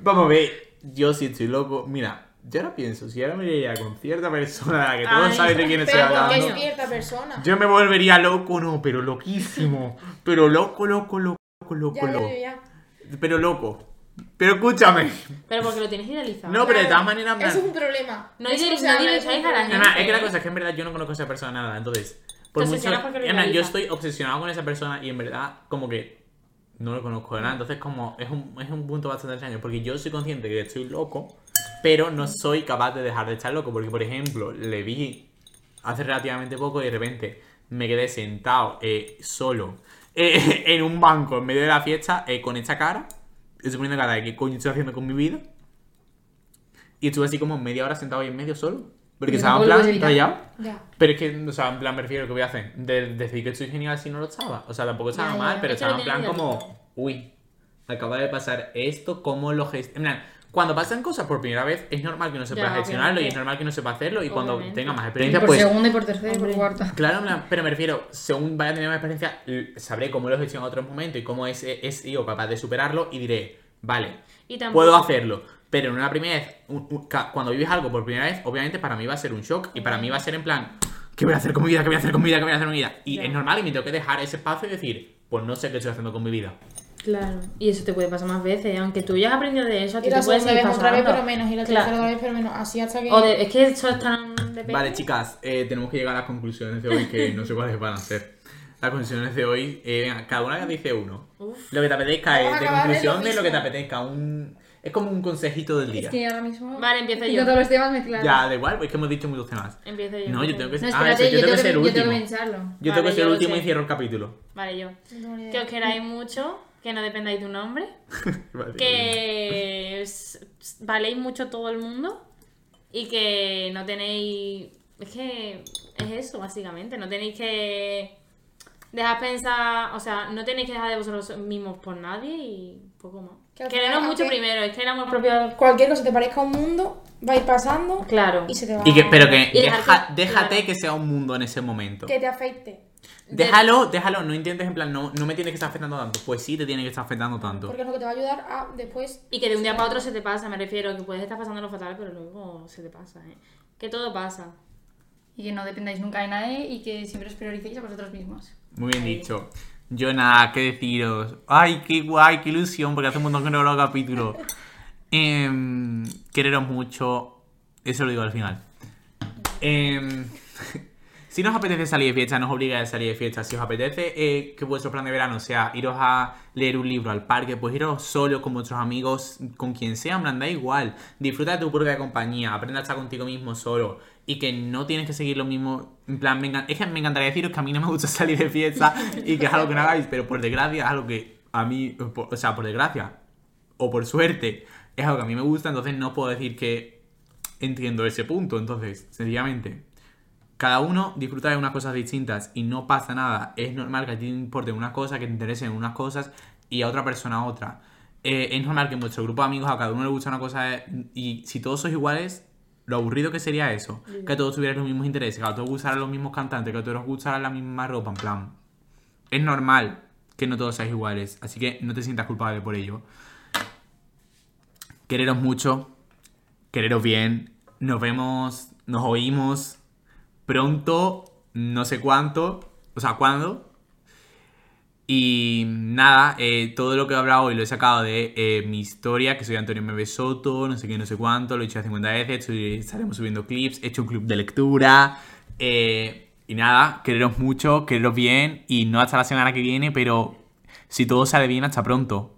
Vamos a ver, yo sí estoy loco. Mira, yo ahora pienso, si ahora me iría con cierta persona de la que todos Ay, sabéis de quién estoy Pero porque hablando, es cierta persona. yo me volvería loco, no, pero loquísimo. Pero loco, loco, loco, ya, loco, ya, loco. ya, ya. Pero loco. Pero escúchame. Pero porque lo tienes idealizado. No, pero de Claro, todas maneras, en plan- Eso es un problema. No Eso idealiz- se habla, no eso idealizáis es a un la problema. gente. Además, es que la cosa es que en verdad yo no conozco a esa persona nada, entonces. Por Te mucho, obsesionas porque lo en plan, yo idealizas. estoy obsesionado con esa persona y en verdad, como que no lo conozco de nada. Entonces, como es un, es un punto bastante extraño, porque yo soy consciente que estoy loco, pero no soy capaz de dejar de estar loco. Porque, por ejemplo, le vi hace relativamente poco y de repente me quedé sentado eh, solo eh, en un banco en medio de la fiesta eh, con esta cara. Y estoy poniendo cara de qué coño estoy haciendo con mi vida. Y estuve así como media hora sentado ahí en medio solo. Porque Pero estaba en tampoco lo plan puedes evitar. rayado. Ya. Pero es que, o sea, en plan, me refiero, ¿qué voy a hacer? De, decir que estoy genial si no lo estaba. O sea, tampoco estaba Ya, ya, mal, ya. pero Es que lo estaba en plan tenía como, uy, acaba de pasar esto, ¿cómo lo gestiono? En plan, cuando pasan cosas por primera vez, es normal que no sepa Ya, gestionarlo y obviamente. es normal que no sepa hacerlo. Y cuando Obviamente. tenga más Y experiencia, por pues. segundo y por tercero y por Hombre. cuarto. Claro, en plan, pero me refiero, según vaya a tener más experiencia, l- sabré cómo lo gestiono en otros momentos y cómo es, es yo capaz de superarlo y diré, vale, Y tampoco- puedo hacerlo. Pero en una primera vez, un- un- ca- cuando vives algo por primera vez, obviamente para mí va a ser un shock y para mí va a ser en plan, ¿qué voy a hacer con mi vida? ¿Qué voy a hacer con mi vida? ¿Qué voy a hacer con mi vida? Y Ya. es normal y me tengo que dejar ese espacio y decir, pues no sé qué estoy haciendo con mi vida. Claro. Y eso te puede pasar más veces. Aunque tú ya has aprendido de eso, a ti Y la te puede segunda seguir vez otra vez, pasando. pero menos. Y la Claro. tercera otra vez, pero menos. Así hasta que. O de- es que eso es tan. depende. Vale, chicas, eh, tenemos que llegar a las conclusiones de hoy, que no sé cuáles van a ser. Las conclusiones de hoy, eh, venga, cada una dice uno. Uf. Lo que te apetezca Vamos a es de acabar en lo conclusión de lo mismo. que te apetezca. Un... Es como un consejito del día. Es que ahora mismo. Vale, empiezo Tengo yo. todos los temas mezclados. Ya, da igual, pues es que hemos dicho muchos temas. Empiezo yo. No, yo tengo que No, ser. espérate, ah, eso, yo, tengo que ser el yo último. tengo que pensarlo. Yo tengo Vale, que ser yo el lo último sé. y cierro el capítulo. Vale, yo. No tengo ni idea. Que os queráis mucho, que no dependáis de un hombre, que s- s- valéis mucho todo el mundo y que no tenéis... Es que es eso, básicamente. No tenéis que dejar pensar... O sea, no tenéis que dejar de vosotros mismos por nadie y poco más. Que al Quereros final, mucho aunque- primero, es que el amor propio... Cualquier cosa que te parezca un mundo, va a ir pasando Claro. y se te va Y que, pero que Y dejar deja- que- déjate claro. que sea un mundo en ese momento. Que te afecte. De- Déjalo, déjalo, no intentes en plan, no, no me tiene que estar afectando tanto. Pues sí, te tiene que estar afectando tanto. Porque es lo que te va a ayudar a después. Y que de un día para otro se te pasa, me refiero, que puedes estar pasándolo fatal, pero luego se te pasa, ¿eh? Que todo pasa. Y que no dependáis nunca de nadie y que siempre os prioricéis a vosotros mismos. Muy bien dicho. Yo nada, qué deciros. Ay, qué guay, qué ilusión, porque hace un montón que no grabo capítulo. Em, quereros mucho. Eso lo digo al final. Em, si nos apetece salir de fiesta, nos obliga a salir de fiesta. Si os apetece eh, que vuestro plan de verano sea iros a leer un libro al parque, pues iros solo con vuestros amigos, con quien sea, en plan, da igual. Disfruta de tu propia compañía, aprenda a estar contigo mismo solo. Y que no tienes que seguir lo mismo. En plan, me encan- es que me encantaría deciros que a mí no me gusta salir de fiesta y que es algo que no hagáis, pero por desgracia es algo que a mí, por- o sea, por desgracia o por suerte es algo que a mí me gusta, entonces no puedo decir que entiendo ese punto. Entonces, sencillamente, cada uno disfruta de unas cosas distintas y no pasa nada. Es normal que a ti te importe una cosa, que te interesen unas cosas y a otra persona otra. Eh, es normal que en vuestro grupo de amigos a cada uno le gusta una cosa eh, y si todos sois iguales, lo aburrido que sería eso. Que todos tuvieran los mismos intereses, que a todos gustaran los mismos cantantes, que a todos gustaran la misma ropa, en plan. Es normal que no todos seáis iguales, así que no te sientas culpable por ello. Quereros mucho, quereros bien, nos vemos, nos oímos pronto, no sé cuánto, o sea, cuándo. Y nada, eh, todo lo que he hablado hoy lo he sacado de eh, mi historia, que soy Antonio Mebe Soto, no sé qué, no sé cuánto, lo he hecho ya 50 veces, estoy- estaremos subiendo clips, he hecho un club de lectura. eh, y nada, quereros mucho, quereros bien, y no hasta la semana que viene, pero si todo sale bien, hasta pronto.